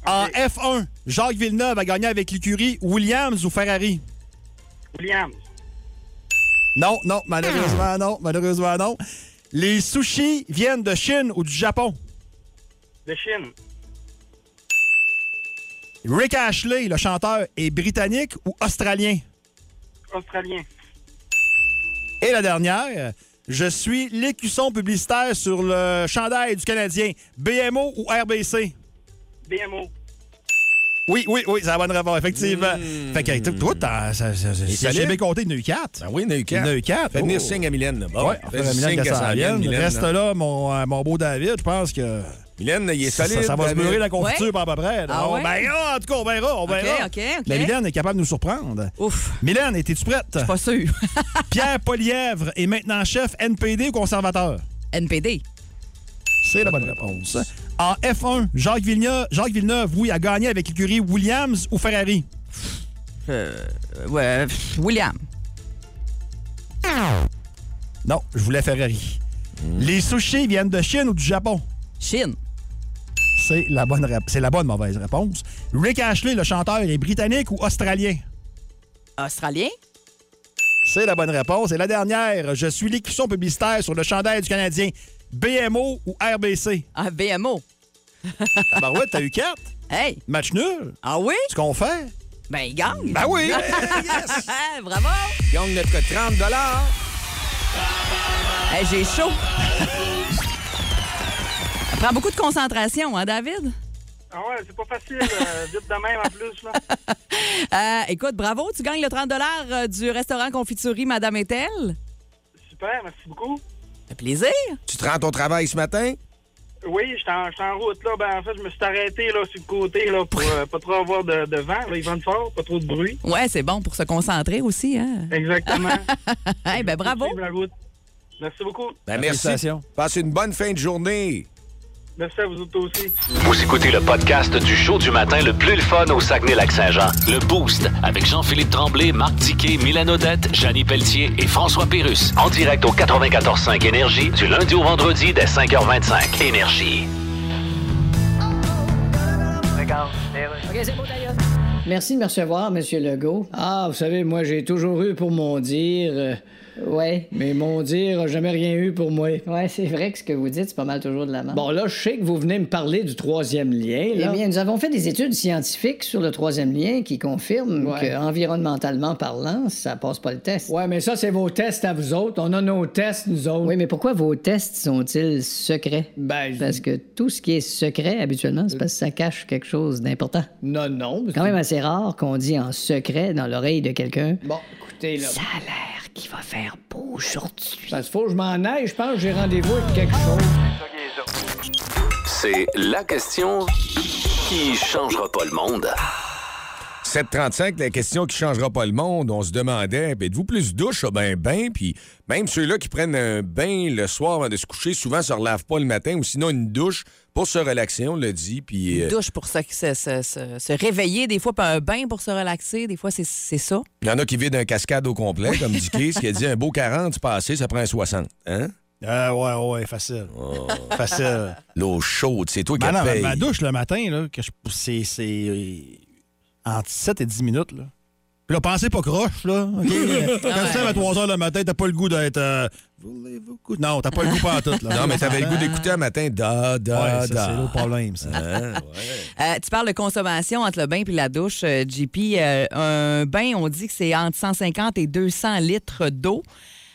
[SPEAKER 5] En F1, Jacques Villeneuve a gagné avec l'écurie Williams ou Ferrari?
[SPEAKER 10] Williams.
[SPEAKER 5] Non, non, malheureusement non, malheureusement non. Les sushis viennent de Chine ou du Japon.
[SPEAKER 10] De Chine.
[SPEAKER 5] Rick Ashley, le chanteur, est britannique ou australien.
[SPEAKER 10] Australien.
[SPEAKER 5] Et la dernière, je suis l'écusson publicitaire sur le chandail du Canadien, BMO ou RBC.
[SPEAKER 10] BMO.
[SPEAKER 5] Oui, oui, oui, c'est la bonne réponse, effectivement. Fait que hey, toi, t'as. ça- ça- ça- Si
[SPEAKER 3] solide.
[SPEAKER 5] j'ai bien compté, il y en a eu quatre.
[SPEAKER 3] Ben oui, il y en a eu quatre.
[SPEAKER 5] Il y en a eu quatre.
[SPEAKER 3] Fais venir
[SPEAKER 5] Oh.
[SPEAKER 3] signe à Mylène. là. Bon,
[SPEAKER 5] Ouais,
[SPEAKER 3] fais
[SPEAKER 5] frère Mylène,
[SPEAKER 3] signe
[SPEAKER 5] que
[SPEAKER 3] qu'elle
[SPEAKER 5] ça
[SPEAKER 3] s'en
[SPEAKER 5] vienne.
[SPEAKER 3] vienne, Mylène,
[SPEAKER 5] Reste
[SPEAKER 3] là.
[SPEAKER 5] là, mon, euh, mon beau David. Je pense que
[SPEAKER 3] Mylène, il est
[SPEAKER 5] ça,
[SPEAKER 3] solide.
[SPEAKER 5] ça va se
[SPEAKER 3] David.
[SPEAKER 5] mûrir la confiture
[SPEAKER 4] Ouais.
[SPEAKER 5] par à peu près. là.
[SPEAKER 4] Ah
[SPEAKER 5] On-
[SPEAKER 4] ouais?
[SPEAKER 5] ben, ah, en tout cas, on verra, on verra.
[SPEAKER 4] OK, OK.
[SPEAKER 5] La Mylène est capable de nous surprendre.
[SPEAKER 4] Ouf,
[SPEAKER 5] Mylène, es-tu prête?
[SPEAKER 4] pas sûr.
[SPEAKER 5] Pierre Polièvre est maintenant chef NPD ou conservateur?
[SPEAKER 4] NPD.
[SPEAKER 5] C'est la bonne réponse. En F1, Jacques Villeneuve, Jacques Villeneuve oui, a gagné avec l'écurie Williams ou Ferrari?
[SPEAKER 4] Euh, ouais, pff, William.
[SPEAKER 5] Non, je voulais Ferrari. Les sushis viennent de Chine ou du Japon?
[SPEAKER 4] Chine.
[SPEAKER 5] C'est la bonne rép- c'est la bonne mauvaise réponse. Rick Ashley, le chanteur, est britannique ou australien?
[SPEAKER 4] Australien.
[SPEAKER 5] C'est la bonne réponse. Et la dernière, je suis l'écusson publicitaire sur le chandail du Canadien. BMO ou RBC?
[SPEAKER 4] Ah, BMO.
[SPEAKER 5] Ben ouais, t'as eu quatre.
[SPEAKER 4] Hey.
[SPEAKER 5] Match nul.
[SPEAKER 4] Ah oui?
[SPEAKER 5] Ce qu'on fait?
[SPEAKER 4] Ben, il gagne.
[SPEAKER 5] Ben oui!
[SPEAKER 4] Ah, bravo.
[SPEAKER 3] Gagne notre 30
[SPEAKER 4] Hey, J'ai chaud. Ça prend beaucoup de concentration, hein, David?
[SPEAKER 10] Ah ouais, c'est pas facile, euh, vite de même en plus. Là.
[SPEAKER 4] Euh, écoute, bravo, tu gagnes le 30 euh, du restaurant Confiturie Madame Etel.
[SPEAKER 10] Super, merci beaucoup.
[SPEAKER 4] Ça fait plaisir.
[SPEAKER 3] Tu te rends à ton travail ce matin?
[SPEAKER 10] Oui, j'étais en, j'étais en route, là. Ben, en fait, je me suis arrêté, là, sur le côté, là, pour euh, pas trop avoir de, de vent. Là, ils vendent fort, pas trop de bruit.
[SPEAKER 4] Ouais, c'est bon pour se concentrer aussi. Hein?
[SPEAKER 10] Exactement.
[SPEAKER 4] Hey, ben, bravo.
[SPEAKER 10] Suivre la route. Merci beaucoup.
[SPEAKER 3] Ben merci.
[SPEAKER 5] Félicitations.
[SPEAKER 3] Passe une bonne fin de journée.
[SPEAKER 10] Merci à vous autres aussi.
[SPEAKER 2] Vous écoutez le podcast du show du matin le plus le fun au Saguenay-Lac-Saint-Jean. Le Boost avec Jean-Philippe Tremblay, Marc Tiquet, Milan Odette, Janine Pelletier et François Pérus. En direct au 94.5 Énergie du lundi au vendredi dès 5h25. Énergie.
[SPEAKER 9] Merci de me recevoir, Monsieur Legault.
[SPEAKER 8] Ah, vous savez, moi, j'ai toujours eu pour mon dire, euh,
[SPEAKER 9] Ouais.
[SPEAKER 8] mais mon dire a jamais rien eu pour moi.
[SPEAKER 9] Ouais, c'est vrai que ce que vous dites, c'est pas mal toujours de la merde.
[SPEAKER 8] Bon, là, je sais que vous venez me parler du troisième lien,
[SPEAKER 9] Eh
[SPEAKER 8] là.
[SPEAKER 9] bien, nous avons fait des études scientifiques sur le troisième lien qui confirment
[SPEAKER 8] Ouais.
[SPEAKER 9] que, environnementalement parlant, ça passe pas le test.
[SPEAKER 8] Ouais, mais ça, c'est vos tests à vous autres. On a nos tests, nous autres.
[SPEAKER 9] Oui, mais pourquoi vos tests sont-ils secrets?
[SPEAKER 8] Ben,
[SPEAKER 9] Parce que tout ce qui est secret, habituellement, c'est parce que ça cache quelque chose d'important.
[SPEAKER 8] non, non.
[SPEAKER 9] Quand même assez rare qu'on dit en secret dans l'oreille de quelqu'un
[SPEAKER 8] Bon, écoutez, là.
[SPEAKER 9] Ça a l'air qu'il va faire beau aujourd'hui.
[SPEAKER 8] Parce qu'il faut que je m'en aille, je pense que j'ai rendez-vous avec quelque chose.
[SPEAKER 2] C'est la question qui changera pas le monde.
[SPEAKER 3] 735, la question qui changera pas le monde, on se demandait, ben, êtes-vous plus douche? Ah, ben, ben, puis même ceux-là qui prennent un bain le soir avant de se coucher, souvent se relèvent pas le matin ou sinon une douche pour se relaxer, on le dit, puis... euh,
[SPEAKER 4] Douche pour se, se- se- se- se réveiller, des fois, puis un bain pour se relaxer, des fois, c'est c'est ça.
[SPEAKER 3] Il y en a qui vident un cascade au complet, comme Dicky, ce qui a dit un beau 40 passé, ça prend un 60. Hein?
[SPEAKER 5] Ah ouais, ouais, facile. Facile.
[SPEAKER 3] L'eau chaude, c'est toi qui
[SPEAKER 5] Ben
[SPEAKER 3] la
[SPEAKER 5] non, ma,
[SPEAKER 3] paye.
[SPEAKER 5] ma douche le matin, là, que je- c'est, c'est euh, entre 7 et 10 minutes. Là. Puis là, pensez pas croche, là. OK? Quand tu te lèves à 3 h le matin, t'as pas le goût d'être. euh, Voulez-vous cou- Non, t'as pas le goût pas en tout. Là.
[SPEAKER 3] Non, mais t'avais le goût d'écouter un matin, da, da,
[SPEAKER 5] Ouais, ça,
[SPEAKER 3] da.
[SPEAKER 5] c'est l'autre problème, ça.
[SPEAKER 4] Euh, tu parles de consommation entre le bain et la douche, euh, JP. Euh, un bain, on dit que c'est entre 150 et 200 litres d'eau.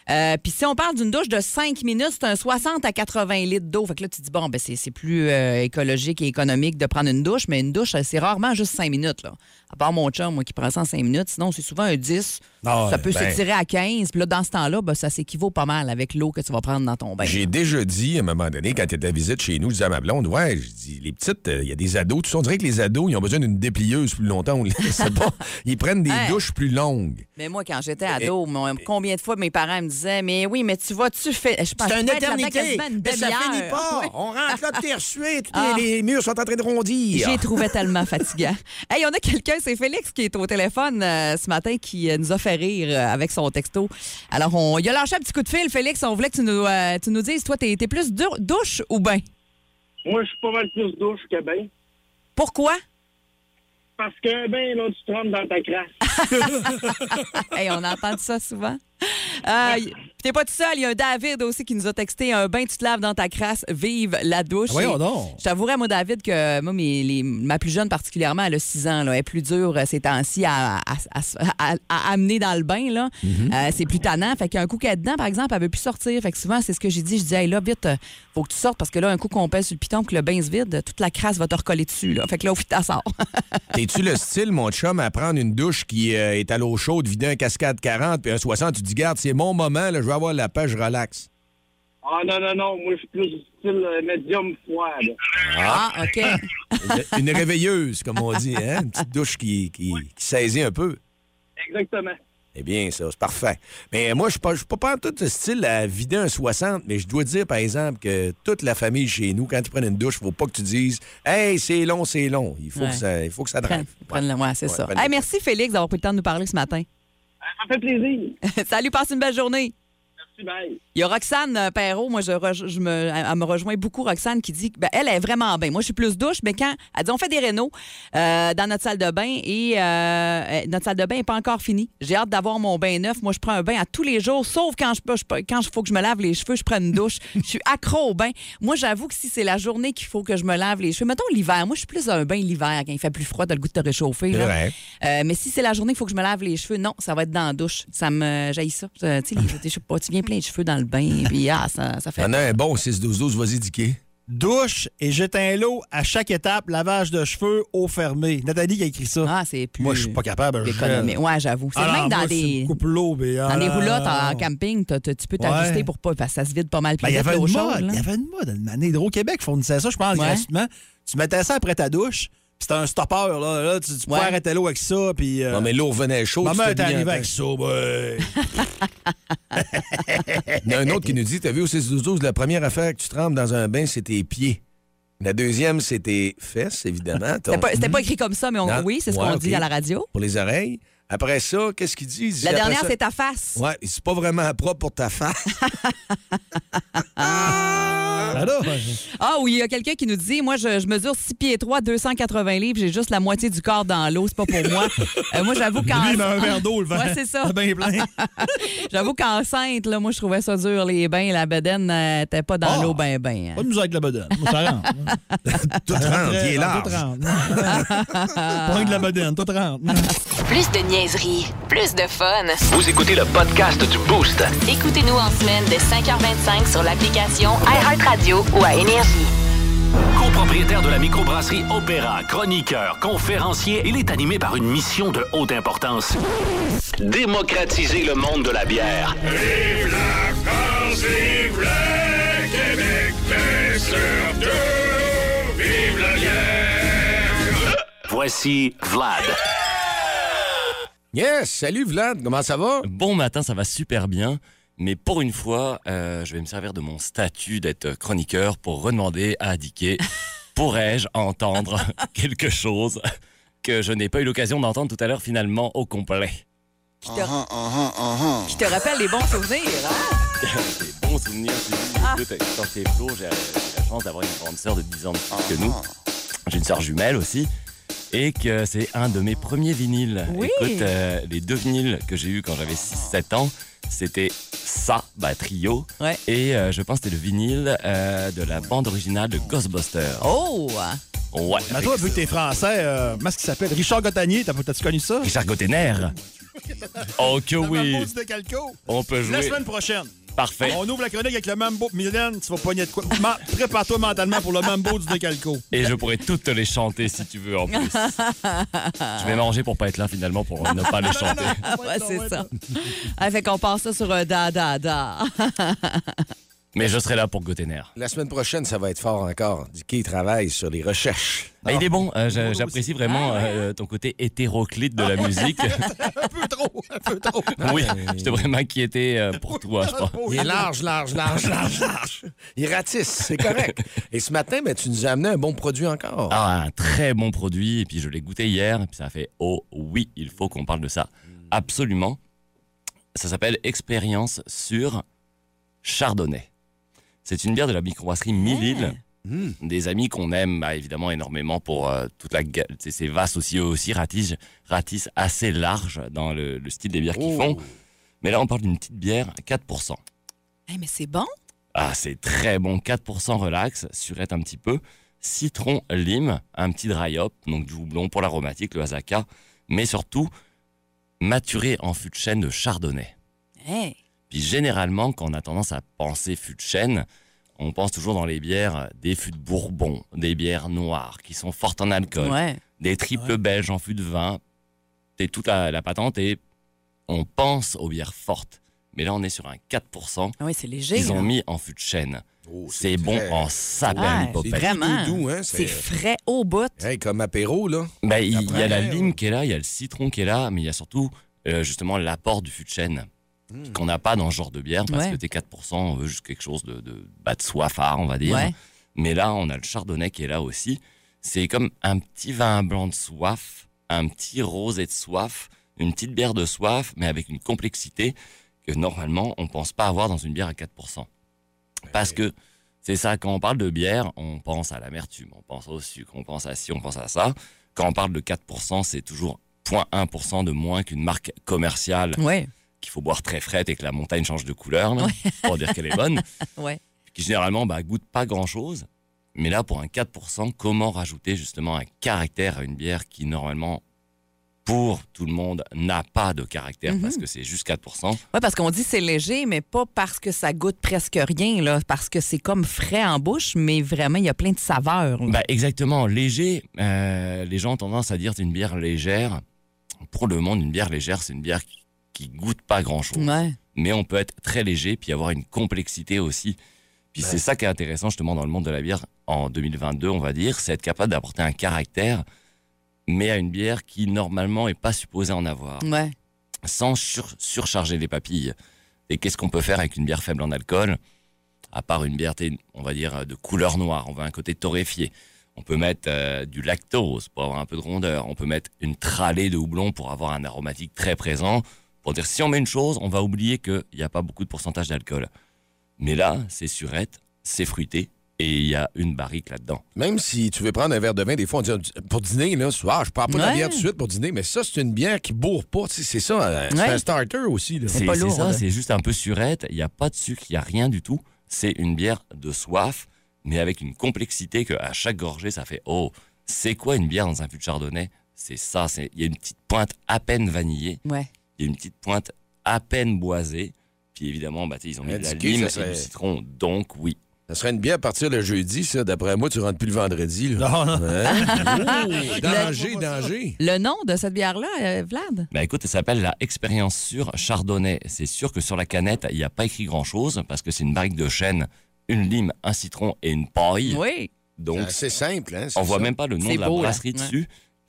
[SPEAKER 4] Euh, Puis si on parle d'une douche de 5 minutes, c'est un 60 à 80 litres d'eau. Fait que là, tu te dis, bon, ben, c'est c'est plus euh, écologique et économique de prendre une douche, mais une douche, euh, c'est rarement juste 5 minutes. Là. À part mon chum, moi, qui prend ça en 5 minutes. Sinon, c'est souvent un 10.
[SPEAKER 5] Ah,
[SPEAKER 4] ça peut
[SPEAKER 3] ben.
[SPEAKER 4] s'étirer à 15. Puis là, dans ce temps-là, ben, ça s'équivaut pas mal avec l'eau que tu vas prendre dans ton bain.
[SPEAKER 3] J'ai déjà dit, à un moment donné, quand tu étais à visite chez nous, je disais à ma blonde, ouais, je dis, les petites, euh, il y a des ados, tu sais, on dirait que les ados, ils ont besoin d'une déplieuse plus longtemps, on les laisse pas. Ils prennent des
[SPEAKER 4] Hey.
[SPEAKER 3] douches plus longues.
[SPEAKER 4] Mais moi, quand j'étais ado, mon- combien de fois mes parents me disaient Mais oui, mais tu vas-tu faire. Je pense peut-être là-dedans quasiment une demi-heure. Oui.
[SPEAKER 3] On rentre là, t'es reçu, tous
[SPEAKER 4] Ah.
[SPEAKER 3] les murs sont en train de rondir.
[SPEAKER 4] J'ai trouvé tellement fatigant. Hey, on a quelqu'un, c'est Félix qui est au téléphone euh, ce matin qui euh, nous a fait rire euh, avec son texto. Alors, on, il a lâché un petit coup de fil, Félix. On voulait que tu nous, euh, tu nous dises Toi, t'es t'es plus dou- douche ou bain
[SPEAKER 10] Moi, je suis pas mal plus douche que ben.
[SPEAKER 4] Pourquoi
[SPEAKER 10] Parce que ben, là, tu te rentres dans ta crasse.
[SPEAKER 4] hey, On entend ça souvent. Euh, y- puis T'es pas tout seul. Il y a un David aussi qui nous a texté un bain, tu te laves dans ta crasse, vive la douche.
[SPEAKER 5] Ah, voyons
[SPEAKER 4] Et
[SPEAKER 5] donc.
[SPEAKER 4] Je t'avouerais, moi, David, que moi, mes- les- ma plus jeune particulièrement, elle a 6 ans. Là, elle est plus dure euh, ces temps-ci à, à- à se- à- à amener dans le bain. là.
[SPEAKER 5] Mhm.
[SPEAKER 4] Euh, c'est plus tannant. Fait qu'un coup qu'elle est dedans, par exemple, elle veut plus sortir. Fait que souvent, c'est ce que j'ai dit. Je dis, hey, là, vite, euh, faut que tu sortes parce que là, un coup qu'on pèse sur le piton, que le bain se vide, toute la crasse va te recoller dessus. Là. Fait que là, au fil, t'en sors.
[SPEAKER 3] T'es-tu le style, mon chum, à prendre une douche qui euh, est à l'eau chaude, vider un cascade 40 puis un 60, tu te dis, garde, c'est mon moment, là, je vais avoir la pêche, je relaxe.
[SPEAKER 10] Ah non, non, non, moi je suis plus du style euh, médium froid. là.
[SPEAKER 4] Ah, OK.
[SPEAKER 3] Une réveilleuse, comme on dit, hein? Une petite douche qui, qui, qui saisit un peu.
[SPEAKER 10] Exactement.
[SPEAKER 3] Eh bien, ça, c'est parfait. Mais moi, je suis pas- je suis pas pas tout ce style à vider un 60, mais je dois dire, par exemple, que toute la famille chez nous, quand ils prennent une douche, il faut pas que tu dises Hey, c'est long, c'est long. Il faut,
[SPEAKER 4] Ouais.
[SPEAKER 3] que, ça, il faut que ça
[SPEAKER 4] Prenne-
[SPEAKER 3] drive.
[SPEAKER 4] prenne-le, ouais, c'est
[SPEAKER 3] Ouais,
[SPEAKER 4] ça.
[SPEAKER 3] prenne-le.
[SPEAKER 4] Hey, merci, Félix, d'avoir pris le temps de nous parler ce matin.
[SPEAKER 10] Ça fait plaisir.
[SPEAKER 4] Salut, passe une belle journée.
[SPEAKER 10] Merci, bye.
[SPEAKER 4] Il y a Roxane euh, Perrault, moi, je, rej- je me, elle elle me rejoint beaucoup, Roxane, qui dit que, ben, elle est vraiment bien. Moi, je suis plus douche, mais quand elle dit on fait des rénaux euh, dans notre salle de bain et euh, euh, notre salle de bain n'est pas encore finie. J'ai hâte d'avoir mon bain neuf. Moi, je prends un bain à tous les jours, sauf quand je peux- je peux- quand il faut que je me lave les cheveux, je prends une douche. je suis accro au bain. Moi, j'avoue que si c'est la journée qu'il faut que je me lave les cheveux, mettons l'hiver, moi, je suis plus un bain l'hiver quand il fait plus froid, t'as le goût de te réchauffer.
[SPEAKER 3] C'est
[SPEAKER 4] là.
[SPEAKER 3] vrai.
[SPEAKER 4] Euh, mais si c'est la journée qu'il faut que je me lave les cheveux, non, ça va être dans la douche. Ça me jaillit ça. Euh, Tu sais, les- je sais pas, tu viens plein de cheveux dans le bain, puis ah, ça, ça fait.
[SPEAKER 3] T'en as un bon 6-12-12, vas-y, Dicky.
[SPEAKER 5] Douche et j'éteins l'eau à chaque étape, lavage de cheveux, eau fermée. Nathalie qui a écrit ça.
[SPEAKER 4] Ah, c'est plus.
[SPEAKER 5] Moi, je suis pas capable. je
[SPEAKER 4] économique.
[SPEAKER 5] gèle.
[SPEAKER 4] Ouais, j'avoue. C'est
[SPEAKER 5] Alors,
[SPEAKER 4] même dans
[SPEAKER 5] moi, si
[SPEAKER 4] des.
[SPEAKER 5] me coupe l'eau, mais ah,
[SPEAKER 4] Dans des
[SPEAKER 5] alors-
[SPEAKER 4] roulottes en, en camping, t'as- t'as- tu peux t'ajuster
[SPEAKER 5] Ouais.
[SPEAKER 4] pour pas. parce que ça se vide pas mal.
[SPEAKER 5] Ben,
[SPEAKER 4] plus
[SPEAKER 5] il y
[SPEAKER 4] vite,
[SPEAKER 5] avait une
[SPEAKER 4] l'eau
[SPEAKER 5] mode.
[SPEAKER 4] chaude, là.
[SPEAKER 5] Il y avait une mode. Une année Hydro-Québec fournissait ça, je pense,
[SPEAKER 4] Ouais.
[SPEAKER 5] gratuitement. Tu mettais ça après ta douche, puis c'était un stopper. Là, là tu, tu pouvais
[SPEAKER 4] Ouais.
[SPEAKER 5] arrêter l'eau avec ça, puis... euh,
[SPEAKER 3] Non, mais l'eau venait chaude.
[SPEAKER 5] Maman
[SPEAKER 3] tu
[SPEAKER 5] est
[SPEAKER 3] t'es mis
[SPEAKER 5] arrivée
[SPEAKER 3] en-
[SPEAKER 5] avec ça, ouais.
[SPEAKER 3] Il y en a un autre qui nous dit T'as vu au 6-12-12, la première affaire que tu trempes dans un bain, c'est tes pieds. La deuxième, c'est tes fesses, évidemment.
[SPEAKER 4] C'était
[SPEAKER 3] ton-
[SPEAKER 4] pas, c'était pas écrit comme ça, mais on-
[SPEAKER 3] Non.
[SPEAKER 4] oui, c'est ce
[SPEAKER 3] Ouais,
[SPEAKER 4] qu'on
[SPEAKER 3] ok.
[SPEAKER 4] dit à la radio.
[SPEAKER 3] Pour les oreilles. Après ça, qu'est-ce qu'ils disent
[SPEAKER 4] La
[SPEAKER 3] Après
[SPEAKER 4] dernière,
[SPEAKER 3] ça-
[SPEAKER 4] c'est ta face.
[SPEAKER 3] Ouais, c'est pas vraiment propre pour ta face.
[SPEAKER 5] Ben là,
[SPEAKER 4] Ah oui, il y a quelqu'un qui nous dit Moi, je, je mesure 6 pieds 3, 280 livres, j'ai juste la moitié du corps dans l'eau, c'est pas pour moi. Euh, moi, j'avoue qu'en.
[SPEAKER 5] lui, il met un verre d'eau, le vent.
[SPEAKER 4] Ouais, c'est ça.
[SPEAKER 5] Le bain est plein.
[SPEAKER 4] J'avoue qu'enceinte, là, moi, je trouvais ça dur, les bains. La bedaine n'était pas dans
[SPEAKER 5] Ah!
[SPEAKER 4] l'eau, ben, ben.
[SPEAKER 5] Pas de musique avec la bedaine. Moi, Ça rentre.
[SPEAKER 3] Tout rentre, Ah, il est
[SPEAKER 5] là.
[SPEAKER 3] large.
[SPEAKER 5] Tout rentre. Point de la bedaine, tout rentre.
[SPEAKER 1] Plus de niaiserie, plus de fun.
[SPEAKER 2] Vous écoutez le podcast du Boost.
[SPEAKER 1] Écoutez-nous en semaine de 5h25 sur l'application iHeartRadio ou à Énergie.
[SPEAKER 2] Copropriétaire de la microbrasserie Opéra, chroniqueur, conférencier, il est animé par une mission de haute importance. Démocratiser le monde de la bière. Voici Vlad.
[SPEAKER 3] Yes, salut Vlad, comment ça va?
[SPEAKER 11] Bon matin, ça va super bien. Mais pour une fois, euh, je vais me servir de mon statut d'être chroniqueur pour redemander à Dicky pourrais-je entendre quelque chose que je n'ai pas eu l'occasion d'entendre tout à l'heure finalement au complet
[SPEAKER 4] Qui te rappelle les bons souvenirs, hein?
[SPEAKER 11] Des bons souvenirs, j'ai eu deux textes. Quand j'étais flot, j'ai j'ai la chance d'avoir une grande sœur de 10 ans de plus que nous.
[SPEAKER 5] Ah.
[SPEAKER 11] J'ai une sœur jumelle aussi. Et que c'est un de mes premiers vinyles.
[SPEAKER 4] Oui.
[SPEAKER 11] Écoute, euh, les deux vinyles que j'ai eu quand j'avais 6-7 ans, c'était ça, bah, trio.
[SPEAKER 4] Ouais.
[SPEAKER 11] Et euh, je pense que c'était le vinyle euh, de la bande originale de Ghostbusters.
[SPEAKER 4] Oh!
[SPEAKER 11] Ouais.
[SPEAKER 5] Mais toi, vu que t'es français, euh, comment est-ce qu'il s'appelle? Richard Gotanier, t'as- t'as-tu connu ça?
[SPEAKER 11] Richard Gottener. Oh que oui.
[SPEAKER 5] de Calco.
[SPEAKER 11] On peut
[SPEAKER 5] La
[SPEAKER 11] jouer.
[SPEAKER 5] semaine prochaine.
[SPEAKER 11] Parfait.
[SPEAKER 5] On ouvre la chronique avec le mambo. Mylène, tu vas pogner de quoi. Ma- Prépare-toi mentalement pour le mambo du Decalco.
[SPEAKER 11] Et je pourrais toutes te les chanter si tu veux en plus. je vais manger pour pas être là finalement pour ne pas les chanter.
[SPEAKER 4] Ah, ouais, c'est ça. Ah, fait qu'on passe ça sur un da, da, da.
[SPEAKER 11] Mais je serai là pour Gottener.
[SPEAKER 3] La semaine prochaine, ça va être fort encore. Dicky travaille sur les recherches.
[SPEAKER 11] Ah, il est bon, euh, j'a- j'apprécie vraiment euh, ton côté hétéroclite de la musique.
[SPEAKER 5] Un peu trop, un peu trop.
[SPEAKER 11] oui, je devrais m'inquiéter euh, pour toi, je crois.
[SPEAKER 3] Il est large, large, large, large, large. Il ratisse, c'est correct. Et ce matin, ben, tu nous as amené un bon produit encore.
[SPEAKER 11] Ah, un très bon produit, et puis je l'ai goûté hier, et puis ça a fait « Oh oui, il faut qu'on parle de ça,
[SPEAKER 3] Mm.
[SPEAKER 11] absolument ». Ça s'appelle « Expérience sur Chardonnay ». C'est une bière de la microbrasserie Mille-Îles,
[SPEAKER 3] Mm.
[SPEAKER 11] des amis qu'on aime bah, évidemment énormément pour euh, toute la gamme. C'est vaste aussi, eux aussi ratissent, ratissent assez large dans le, le style des bières qu'ils
[SPEAKER 3] Oh.
[SPEAKER 11] font. Mais là, on parle d'une petite bière à 4%.
[SPEAKER 4] Hey, mais c'est bon?
[SPEAKER 5] Ah, c'est très bon. 4% relax, surette un petit peu. Citron, lime, un petit dry hop, donc du houblon pour l'aromatique, le Asaka. Mais surtout, maturé en fût de chêne de chardonnay.
[SPEAKER 4] Hey.
[SPEAKER 5] Puis généralement, quand on a tendance à penser fût de chêne, on pense toujours dans les bières euh, des fûts de bourbon, des bières noires qui sont fortes en alcool,
[SPEAKER 4] Ouais.
[SPEAKER 5] des triples belges en fût de vin. C'est toute la, la patente et on pense aux bières fortes. Mais là, on est sur un 4%.
[SPEAKER 4] Ah oui, c'est léger.
[SPEAKER 5] Ils
[SPEAKER 4] là.
[SPEAKER 5] ont mis en fût de chêne. c'est
[SPEAKER 3] Oh, c'est
[SPEAKER 5] bon oh,
[SPEAKER 3] très-
[SPEAKER 5] en sapin,
[SPEAKER 4] Ouais,
[SPEAKER 5] Popette.
[SPEAKER 4] vraiment.
[SPEAKER 3] hein,
[SPEAKER 5] c'est-
[SPEAKER 4] C'est frais au bout.
[SPEAKER 5] Hey, comme apéro, là. Ben, il il y a la
[SPEAKER 3] Après,
[SPEAKER 5] lime qui est là, il y a le citron qui est là, mais il y a surtout euh, justement l'apport du fût de chêne
[SPEAKER 3] Hmm.
[SPEAKER 5] qu'on n'a pas dans ce genre de bière parce
[SPEAKER 3] Ouais.
[SPEAKER 5] que t'es 4%, on veut juste quelque chose de, de, bah, de soifard, on va dire.
[SPEAKER 3] Ouais.
[SPEAKER 5] Mais là, on a le chardonnay qui est là aussi. C'est comme un petit vin blanc de soif, un petit rosé de soif, une petite bière de soif, mais avec une complexité que normalement, on pense pas avoir dans une bière à 4%. Parce que c'est ça, quand on parle de bière, on pense à l'amertume, on pense au sucre, on pense à ci, on pense à ça. Quand on parle de 4%, c'est toujours 0,1% de moins qu'une marque commerciale
[SPEAKER 4] Ouais.
[SPEAKER 5] qu'il faut boire très frette et que la montagne change de couleur, là, pour dire qu'elle est bonne,
[SPEAKER 4] Ouais.
[SPEAKER 5] qui généralement bah, goûte pas grand-chose. Mais là, pour un 4%, comment rajouter justement un caractère à une bière qui, normalement, pour tout le monde, n'a pas de caractère
[SPEAKER 4] Mhm.
[SPEAKER 5] parce que c'est juste 4%.
[SPEAKER 4] Oui, parce qu'on dit c'est léger, mais pas parce que ça goûte presque rien, là, parce que c'est comme frais en bouche, mais vraiment, il y a plein de saveurs. là.
[SPEAKER 5] Bah, exactement, léger. Euh, les gens ont tendance à dire c'est une bière légère. Pour le monde, une bière légère, c'est une bière qui, qui goûte pas grand-chose.
[SPEAKER 4] Ouais.
[SPEAKER 5] Mais on peut être très léger puis avoir une complexité aussi. Puis c'est ça qui est intéressant justement dans le monde de la bière en 2022, on va dire, c'est être capable d'apporter un caractère, mais à une bière qui normalement est pas supposée en avoir,
[SPEAKER 4] Ouais.
[SPEAKER 5] sans sur- surcharger les papilles. Et qu'est-ce qu'on peut faire avec une bière faible en alcool à part une bière, t'es- on va dire, de couleur noire, on veut un côté torréfié. On peut mettre euh, du lactose pour avoir un peu de rondeur. On peut mettre une tralée de houblon pour avoir un aromatique très présent. Pour dire, si on met une chose, on va oublier qu'il n'y a pas beaucoup de pourcentage d'alcool. Mais là, c'est surette, c'est fruité, et il y a une barrique là-dedans.
[SPEAKER 3] Même si tu veux prendre un verre de vin, des fois, on dit euh, pour dîner, là, ce soir, je prends pas de la
[SPEAKER 5] Ouais.
[SPEAKER 3] bière tout de suite pour dîner, mais ça, c'est une bière qui bourre pas. tu sais, C'est ça, euh, c'est
[SPEAKER 5] Ouais.
[SPEAKER 3] un starter aussi. là.
[SPEAKER 5] C'est hein. c'est
[SPEAKER 3] hein.
[SPEAKER 5] ça, c'est juste un peu surette. Il n'y a pas de sucre, il n'y a rien du tout. C'est une bière de soif, mais avec une complexité que à chaque gorgée, ça fait Oh, c'est quoi une bière dans un fût de chardonnay C'est ça. c'est- Il y a une petite pointe à peine vanillée.
[SPEAKER 4] Ouais.
[SPEAKER 5] Il y a une petite pointe à peine boisée. Puis évidemment, bah, tu sais, ils ont mis de la
[SPEAKER 3] Indiqué, ça
[SPEAKER 5] lime et
[SPEAKER 3] serait-
[SPEAKER 5] du citron. Donc, oui.
[SPEAKER 3] Ça serait une bière à partir le jeudi, ça. D'après moi, tu rentres plus le vendredi. Là. Non, non. Oh,
[SPEAKER 4] Le-
[SPEAKER 3] danger, danger.
[SPEAKER 4] Le nom de cette bière-là, euh, Vlad?
[SPEAKER 5] Bah écoute, ça s'appelle la expérience sur Chardonnay. C'est sûr que sur la canette, il n'y a pas écrit grand-chose parce que c'est une barrique de chêne, une lime, un citron et une paille.
[SPEAKER 4] Oui.
[SPEAKER 5] Donc
[SPEAKER 3] C'est simple. Hein, c'est
[SPEAKER 5] on voit
[SPEAKER 3] ça.
[SPEAKER 5] même pas le nom de la
[SPEAKER 4] hein.
[SPEAKER 5] brasserie dessus.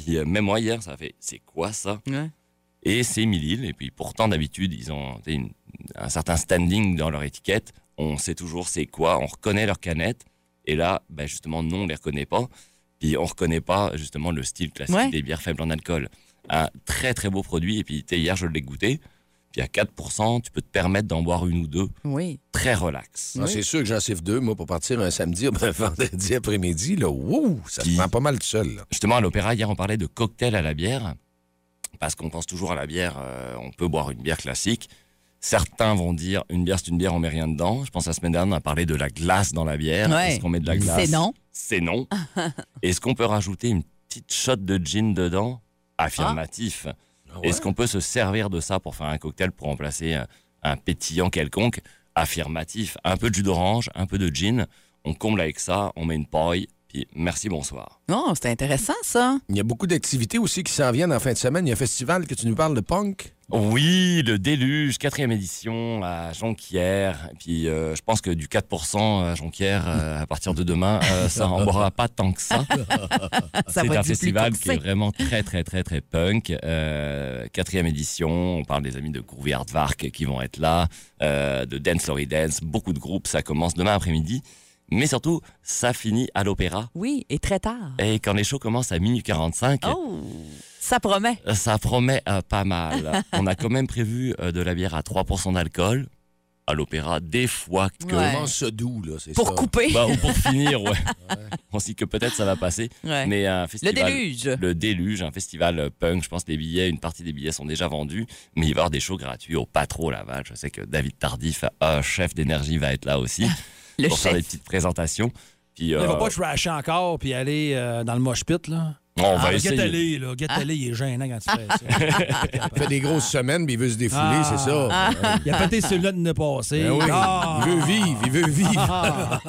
[SPEAKER 5] Et, euh, même moi hier, ça fait c'est quoi ça
[SPEAKER 4] Ouais.
[SPEAKER 5] Et c'est Milil. Et puis pourtant d'habitude ils ont tu sais, une- un certain standing dans leur étiquette. On sait toujours c'est quoi. On reconnaît leur canette. Et là, ben, justement, non, on les reconnaît pas. Puis on reconnaît pas justement le style classique
[SPEAKER 4] Ouais.
[SPEAKER 5] des bières faibles en alcool. Un très très beau produit. Et puis tu sais, hier je l'ai goûté. Puis à 4%, tu peux te permettre d'en boire une ou deux.
[SPEAKER 4] Oui.
[SPEAKER 5] Très relax.
[SPEAKER 3] Ah, C'est sûr que j'en siffle deux, moi, pour partir un samedi, un vendredi après-midi. Là, wouh, ça se
[SPEAKER 5] Puis-
[SPEAKER 3] prend pas mal tout seul. là.
[SPEAKER 5] Justement, à l'opéra, hier, on parlait de cocktail à la bière, parce qu'on pense toujours à la bière, euh, on peut boire une bière classique. Certains vont dire une bière, c'est une bière, on met rien dedans. Je pense la semaine dernière, on a parlé de la glace dans la bière.
[SPEAKER 4] Ouais.
[SPEAKER 5] Est-ce qu'on met de la glace
[SPEAKER 4] C'est non.
[SPEAKER 5] C'est non. Est-ce qu'on peut rajouter une petite shot de gin dedans
[SPEAKER 4] Ah.
[SPEAKER 5] Affirmatif. Est-ce qu'on peut se servir de ça pour faire un cocktail pour remplacer euh, un pétillant quelconque Affirmatif. Un peu de jus d'orange, un peu de gin. On comble avec ça, on met une paille, puis merci, bonsoir.
[SPEAKER 4] Non, Oh, c'est intéressant, ça.
[SPEAKER 3] Il y a beaucoup d'activités aussi qui s'en viennent en fin de semaine. Il y a un festival que tu nous parles de punk.
[SPEAKER 5] Oui, le déluge, quatrième édition à Jonquière. Et Puis euh, je pense que du 4% à Jonquière, euh, à partir de demain, euh, ça en boira pas tant que ça.
[SPEAKER 12] Ça
[SPEAKER 5] C'est
[SPEAKER 12] va
[SPEAKER 5] un
[SPEAKER 12] être du plus
[SPEAKER 5] festival qui
[SPEAKER 12] corsé.
[SPEAKER 5] est vraiment très, très, très, très punk. Euh, Quatrième édition, on parle des amis de Groovy Hardvark qui vont être là, euh, de Dance Lory Dance, beaucoup de groupes. Ça commence demain après-midi. Mais surtout, ça finit à l'opéra.
[SPEAKER 4] Oui, et très tard.
[SPEAKER 5] Et quand les shows commencent à minuit 45,
[SPEAKER 12] Ah.
[SPEAKER 4] Oh, ça promet.
[SPEAKER 5] ça promet euh, pas mal. On a quand même prévu euh, de la bière à 3% d'alcool.
[SPEAKER 7] à l'opéra des fois que.
[SPEAKER 3] Ouais. Comment ça doux, là, c'est Pour ça.
[SPEAKER 4] couper.
[SPEAKER 7] Bah, ou pour finir, ouais. On se dit que peut-être ça va passer.
[SPEAKER 4] Ouais.
[SPEAKER 7] Mais un
[SPEAKER 4] Le
[SPEAKER 7] festival.
[SPEAKER 4] déluge.
[SPEAKER 7] Le déluge, un festival euh, punk. Je pense que les billets, une partie des billets sont déjà vendus. Mais il va y avoir des shows gratuits au Patro Laval. Je sais que David Tardif, euh, chef d'énergie, va être là aussi.
[SPEAKER 5] Le
[SPEAKER 7] pour faire
[SPEAKER 5] chef.
[SPEAKER 7] des petites présentations. Puis,
[SPEAKER 5] Il
[SPEAKER 7] euh,
[SPEAKER 5] va pas trasher encore puis aller euh, dans le mosh pit, là.
[SPEAKER 7] On va
[SPEAKER 5] Ah,
[SPEAKER 7] essayer.
[SPEAKER 5] Get allé, là. Get
[SPEAKER 4] Ah.
[SPEAKER 5] allé, il est gênant quand tu fais ça.
[SPEAKER 3] Il fait des grosses semaines, mais il veut se défouler,
[SPEAKER 5] Ah.
[SPEAKER 3] c'est ça.
[SPEAKER 5] Ah.
[SPEAKER 3] Ouais.
[SPEAKER 5] Il a pété celui-là de ne passer.
[SPEAKER 3] Ben oui.
[SPEAKER 5] Ah.
[SPEAKER 3] Il veut vivre, il veut vivre.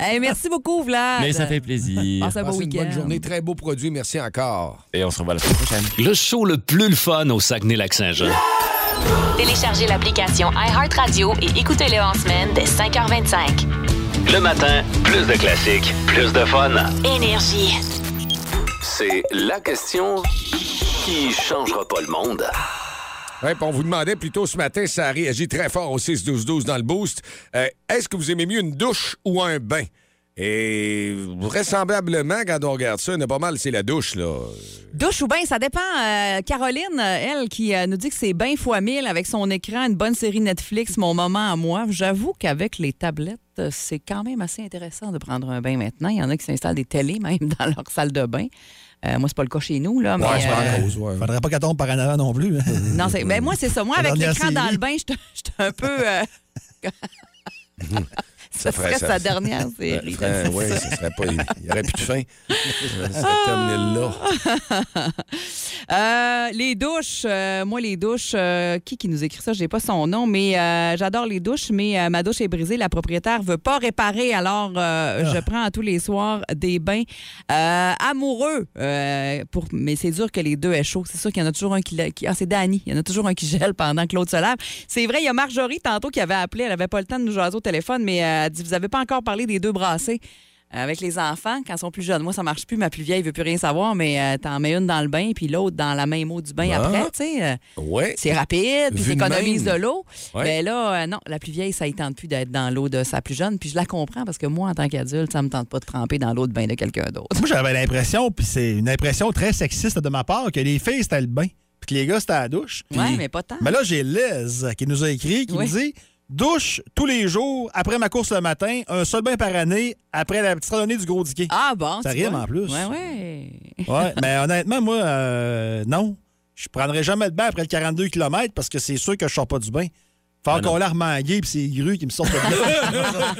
[SPEAKER 4] Hey, merci beaucoup, Vlad.
[SPEAKER 7] plaisir.
[SPEAKER 4] Passe un beau
[SPEAKER 3] Passez
[SPEAKER 4] week-end.
[SPEAKER 3] Une bonne journée, très beau produit, merci encore.
[SPEAKER 7] Et on se revoit la semaine prochaine.
[SPEAKER 2] Le show le plus le fun au Saguenay-Lac-Saint-Jean.
[SPEAKER 1] Téléchargez l'application iHeartRadio et écoutez-le en semaine dès 5h25.
[SPEAKER 2] Le matin, plus de classiques, plus de fun.
[SPEAKER 1] Énergie.
[SPEAKER 2] C'est la question qui changera pas le monde.
[SPEAKER 3] Ouais, puis on vous demandait plus tôt ce matin, ça a réagi très fort au 6-12-12 dans le boost. Euh, Est-ce que vous aimez mieux une douche ou un bain? Et vraisemblablement, quand on regarde ça, il y en a pas mal, c'est la douche, là.
[SPEAKER 4] Douche ou bain, ça dépend. Euh, Caroline, euh, elle, qui euh, nous dit que c'est bain fois mille avec son écran, une bonne série Netflix, mon moment à moi. J'avoue qu'avec les tablettes, euh, c'est quand même assez intéressant de prendre un bain maintenant. Il y en a qui s'installent des télés même dans leur salle de bain. Euh, moi, c'est pas le cas chez nous, là. mais, euh,
[SPEAKER 5] Faudrait pas qu'elle tombe par en avant non plus. hein.
[SPEAKER 4] Non, c'est. Ben, moi, c'est ça. Moi,
[SPEAKER 5] La
[SPEAKER 4] avec
[SPEAKER 5] dernière
[SPEAKER 4] l'écran dans
[SPEAKER 5] série.
[SPEAKER 4] le bain, j'étais j'étais un peu. euh,
[SPEAKER 3] Ça
[SPEAKER 4] Ce serait sa dernière série.
[SPEAKER 3] Ouais, ouais, ça serait pas. Il y aurait plus de fin. Ça termine là.
[SPEAKER 4] Euh, les douches, euh, moi les douches, euh, qui qui nous écrit ça, j'ai pas son nom, mais euh, j'adore les douches, mais euh, ma douche est brisée, la propriétaire veut pas réparer, alors euh, je prends tous les soirs des bains euh, amoureux, euh, pour, mais c'est dur que les deux aient chaud, c'est sûr qu'il y en a toujours un qui, l'a- qui- ah c'est Dani, il y en a toujours un qui gèle pendant que l'autre se lave. C'est vrai, il y a Marjorie tantôt qui avait appelé, elle avait pas le temps de nous jaser au téléphone, mais euh, elle dit vous avez pas encore parlé des deux brassées avec les enfants quand ils sont plus jeunes. Moi, ça marche plus. Ma plus vieille veut plus rien savoir, mais euh, t'en mets une dans le bain puis l'autre dans la même eau du bain
[SPEAKER 3] Ah.
[SPEAKER 4] après, tu sais. euh,
[SPEAKER 3] Ouais.
[SPEAKER 4] C'est rapide, puis
[SPEAKER 3] Vu de
[SPEAKER 4] t'économises de
[SPEAKER 3] même.
[SPEAKER 4] l'eau.
[SPEAKER 3] Ouais.
[SPEAKER 4] Mais là, euh, non, la plus vieille, ça ne tente plus d'être dans l'eau de sa plus jeune. Puis je la comprends parce que moi, en tant qu'adulte, ça me tente pas de tremper dans l'eau de bain de quelqu'un d'autre.
[SPEAKER 5] Moi, j'avais l'impression, puis c'est une impression très sexiste de ma part, que les filles, c'était le bain, puis que les gars, c'était la douche. Puis- Ben,
[SPEAKER 4] Ouais, mais pas tant.
[SPEAKER 5] Mais là, j'ai Liz qui nous a écrit, qui
[SPEAKER 4] Oui.
[SPEAKER 5] me dit douche tous les jours après ma course le matin, un seul bain par année après la petite randonnée du gros diquet.
[SPEAKER 4] Ah bon,
[SPEAKER 5] Ça
[SPEAKER 4] tu
[SPEAKER 5] rime
[SPEAKER 4] vois.
[SPEAKER 5] en plus.
[SPEAKER 4] Ouais, ouais.
[SPEAKER 5] Ouais, mais honnêtement, moi, euh, non. Je prendrai jamais le bain après le 42 km parce que c'est sûr que je sors pas du bain. Faut qu'on l'a remangué, puis c'est les grues qui me sortent de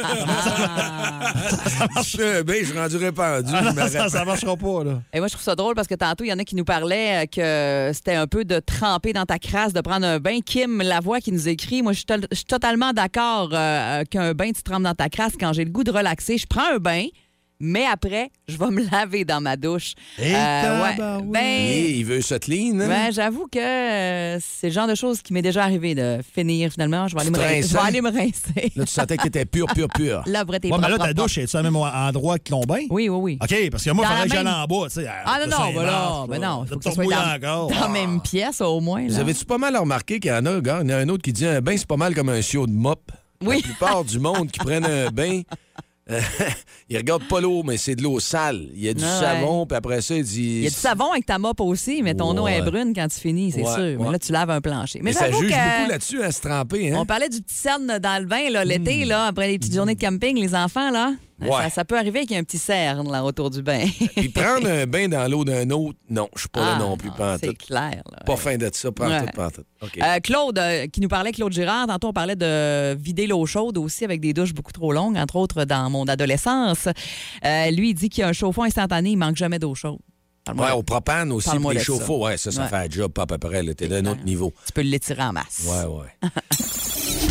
[SPEAKER 4] Ah,
[SPEAKER 3] Ah, Je suis un bain, je suis rendu répandu.
[SPEAKER 5] Ah non,
[SPEAKER 3] je me
[SPEAKER 5] ça- ça
[SPEAKER 3] répand.
[SPEAKER 5] marchera pas, là.
[SPEAKER 4] Et moi, je trouve ça drôle parce que tantôt, il y en a qui nous parlaient euh, que c'était un peu de tremper dans ta crasse, de prendre un bain. Kim Lavoie qui nous écrit Moi, je suis tol- je suis totalement d'accord euh, euh, qu'un bain, tu trempes dans ta crasse quand j'ai le goût de relaxer. Je prends un bain. Mais après, je vais me laver dans ma douche. Euh,
[SPEAKER 3] Et
[SPEAKER 4] ouais.
[SPEAKER 3] tabarouette.
[SPEAKER 4] Ben,
[SPEAKER 3] Et il veut se clean. hein?
[SPEAKER 4] ben, j'avoue que euh, c'est le genre de choses qui m'est déjà arrivé de finir finalement. Je vais aller,
[SPEAKER 3] Tu
[SPEAKER 4] me, rin-
[SPEAKER 3] rinces,
[SPEAKER 4] je vais
[SPEAKER 3] hein?
[SPEAKER 4] aller me rincer.
[SPEAKER 3] Là, tu sentais que t'étais pur, pur, pur.
[SPEAKER 4] Là, vrai, t'es
[SPEAKER 5] Ouais, mais là,
[SPEAKER 4] propre,
[SPEAKER 5] ta
[SPEAKER 4] propre,
[SPEAKER 5] douche, est-ce au même endroit que ton bain?
[SPEAKER 4] Oui, oui, oui.
[SPEAKER 5] OK, parce que moi, il
[SPEAKER 4] Dans
[SPEAKER 5] faudrait
[SPEAKER 4] la
[SPEAKER 5] que j'aille
[SPEAKER 4] même-
[SPEAKER 5] en bas, tu sais. à-
[SPEAKER 4] Ah non,
[SPEAKER 5] à
[SPEAKER 4] non, ben non,
[SPEAKER 5] Saint-Marc,
[SPEAKER 4] ben
[SPEAKER 5] là.
[SPEAKER 4] non, faut
[SPEAKER 5] Là,
[SPEAKER 4] que ça
[SPEAKER 5] t'as
[SPEAKER 4] soit
[SPEAKER 5] mouillé
[SPEAKER 4] dans,
[SPEAKER 5] encore.
[SPEAKER 4] dans la même pièce au moins.
[SPEAKER 3] Vous
[SPEAKER 4] là.
[SPEAKER 3] avez-tu pas mal remarqué qu'il y en a, un gars, il y en a un autre qui dit un bain, c'est pas mal comme un chiot de mop.
[SPEAKER 4] Oui.
[SPEAKER 3] La plupart du monde qui prennent un bain, euh, ils regardent pas l'eau, mais c'est de l'eau sale. Il y a du
[SPEAKER 4] Ah ouais.
[SPEAKER 3] savon, puis après ça, ils disent...
[SPEAKER 4] Il y a du savon avec ta mop aussi, mais ton eau est
[SPEAKER 3] Ouais.
[SPEAKER 4] brune quand tu finis, c'est
[SPEAKER 3] Ouais,
[SPEAKER 4] sûr. Mais
[SPEAKER 3] ouais.
[SPEAKER 4] là, tu laves un plancher.
[SPEAKER 3] Mais ça
[SPEAKER 4] j'avoue
[SPEAKER 3] juge
[SPEAKER 4] que-
[SPEAKER 3] beaucoup là-dessus à se tremper. Hein? Hmm.
[SPEAKER 4] On parlait du petit cerne dans le bain là, l'été, là, après les petites journées de camping, les enfants, là.
[SPEAKER 3] Ouais.
[SPEAKER 4] Ça, ça peut arriver qu'il y ait un petit cerne là, autour du bain.
[SPEAKER 3] Puis prendre un bain dans l'eau d'un autre, non, je suis pas là
[SPEAKER 4] Ah,
[SPEAKER 3] non plus,
[SPEAKER 4] non,
[SPEAKER 3] pantoute.
[SPEAKER 4] c'est clair, là.
[SPEAKER 3] Pas fin de ça, pantoute,
[SPEAKER 4] Ouais.
[SPEAKER 3] pantoute. OK.
[SPEAKER 4] Euh, Claude, euh, qui nous parlait, Claude Girard, tantôt on parlait de vider l'eau chaude aussi avec des douches beaucoup trop longues, entre autres dans mon adolescence. Euh, lui, il dit qu'il y a un chauffe-eau instantané, il manque jamais d'eau chaude. Parle-moi
[SPEAKER 3] Ouais,
[SPEAKER 4] de-
[SPEAKER 3] au propane aussi,
[SPEAKER 4] Parle-moi
[SPEAKER 3] puis les
[SPEAKER 4] de ça.
[SPEAKER 3] chauffe-eau. Ouais, ça, ça
[SPEAKER 4] Ouais.
[SPEAKER 3] fait un job pas à peu près. là. T'es d'un autre niveau.
[SPEAKER 4] Tu peux l'étirer en masse.
[SPEAKER 3] Ouais, ouais.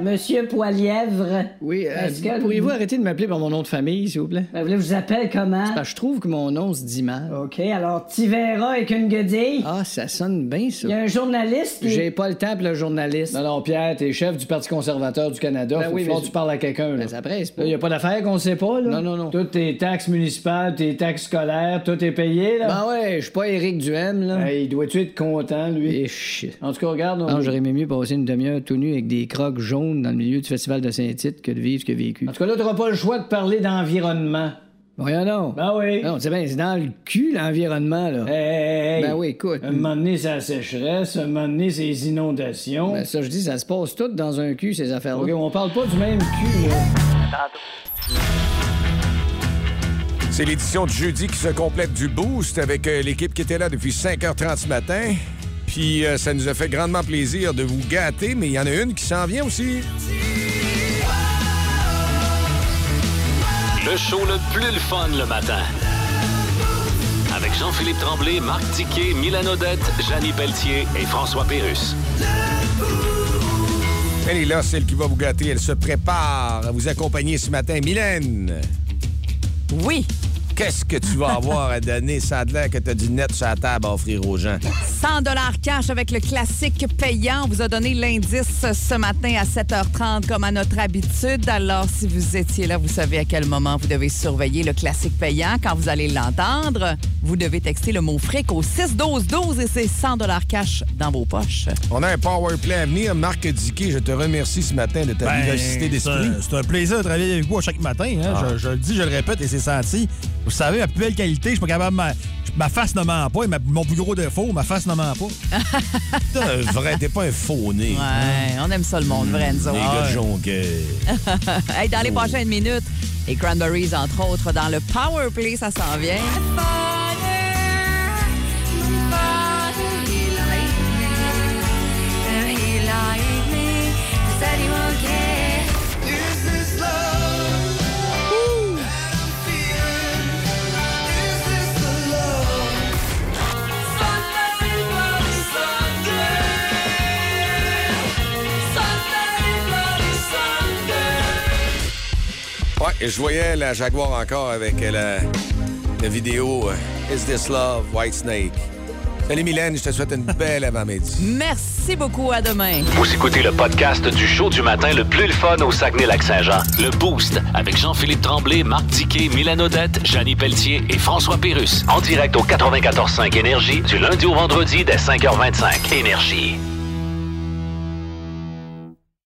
[SPEAKER 9] Monsieur Poilièvre.
[SPEAKER 8] Oui, euh,
[SPEAKER 9] Est-ce que-
[SPEAKER 8] pourriez-vous arrêter de m'appeler par mon nom de famille, s'il vous plaît?
[SPEAKER 9] Ben, vous voulez que je vous appelle comment?
[SPEAKER 8] C'est parce que je trouve que mon nom se dit mal.
[SPEAKER 9] OK, alors Tivera et qu'une guedille.
[SPEAKER 8] Ah, ça sonne bien, ça.
[SPEAKER 9] Il y a un journaliste. qui-
[SPEAKER 8] J'ai pas le temps pour le journaliste. Non, non, Pierre, t'es chef du Parti conservateur du Canada.
[SPEAKER 9] Ben
[SPEAKER 8] faut
[SPEAKER 9] oui,
[SPEAKER 8] falloir
[SPEAKER 9] mais
[SPEAKER 8] que
[SPEAKER 9] je-
[SPEAKER 8] tu parles à quelqu'un. là.
[SPEAKER 9] ça presse pas.
[SPEAKER 8] Là, y a pas d'affaire qu'on sait pas, là. Non, non, non. Toutes tes taxes municipales, tes taxes scolaires, tout est payé, là.
[SPEAKER 9] Ben ouais, je suis pas Éric Duhem, là.
[SPEAKER 8] Hey, il doit-tu être content, lui? En tout cas, regarde. on-
[SPEAKER 9] Non, j'aurais aimé mieux passer une demi-heure tout nu avec des crocs jaunes dans le milieu du festival de Saint-Tite que de vivre ce que vécu.
[SPEAKER 8] En tout cas, là, t'auras pas le choix de parler d'environnement.
[SPEAKER 9] Voyons donc.
[SPEAKER 8] Ben oui.
[SPEAKER 9] Non, c'est bien, c'est dans le cul, l'environnement, là.
[SPEAKER 8] Hey, hey, hey.
[SPEAKER 9] Ben oui, écoute.
[SPEAKER 8] Un moment donné, c'est la sécheresse. Un moment donné, c'est les inondations.
[SPEAKER 9] Ben ça, je dis, ça se passe tout dans un cul, ces affaires-là.
[SPEAKER 8] OK, on parle pas du même cul, là.
[SPEAKER 3] C'est l'édition de jeudi qui se complète du Boost avec euh, l'équipe qui était là depuis 5h30 ce matin. Puis euh, ça nous a fait grandement plaisir de vous gâter, mais il y en a une qui s'en vient aussi.
[SPEAKER 2] Le show le plus le fun le matin. Avec Jean-Philippe Tremblay, Marc Tiquet, Milan Odette, Janine Pelletier et François Pérus.
[SPEAKER 3] Elle est là, celle qui va vous gâter. Elle se prépare à vous accompagner ce matin. Mylène!
[SPEAKER 4] Oui!
[SPEAKER 3] Qu'est-ce que tu vas avoir à donner? Ça a l'air que tu as du net sur la table à offrir aux gens.
[SPEAKER 4] 100 cash avec le classique payant. On vous a donné l'indice ce matin à 7h30 comme à notre habitude. Alors, si vous étiez là, vous savez à quel moment vous devez surveiller le classique payant. Quand vous allez l'entendre, vous devez texter le mot fric au 6-12-12 et c'est 100 cash dans vos poches.
[SPEAKER 3] On a un power play à venir. Marc Diquet, je te remercie ce matin de ta
[SPEAKER 13] Ben,
[SPEAKER 3] vivacité
[SPEAKER 13] c'est
[SPEAKER 3] d'esprit.
[SPEAKER 13] un- C'est un plaisir de travailler avec vous à chaque matin. hein.
[SPEAKER 3] Ah.
[SPEAKER 13] Je, je le dis, je le répète et c'est senti. Vous savez, ma plus belle qualité, je suis pas capable. de Ma, je- ma face ne ment pas et ma- mon plus gros défaut, ma face ne ment pas.
[SPEAKER 3] T'es un vrai, t'es pas un faux nez.
[SPEAKER 4] Ouais, on aime ça le monde, Lorenzo.
[SPEAKER 3] Les
[SPEAKER 13] Ah,
[SPEAKER 3] gars de Jonquière.
[SPEAKER 4] Hey, dans les prochaines minutes, les Cranberries, entre autres, dans le Power Play, ça s'en vient.
[SPEAKER 3] Ouais, et je voyais la Jaguar encore avec euh, la, la vidéo euh, Is This Love, White Snake. Salut Mylène, je te souhaite une belle avant-midi.
[SPEAKER 4] Merci beaucoup, à demain.
[SPEAKER 2] Vous écoutez le podcast du show du matin le plus le fun au Saguenay-Lac-Saint-Jean. Le Boost avec Jean-Philippe Tremblay, Marc Tiquet, Milan Odette, Janine Pelletier et François Pérus. En direct au 94.5 Énergie du lundi au vendredi dès 5h25. Énergie.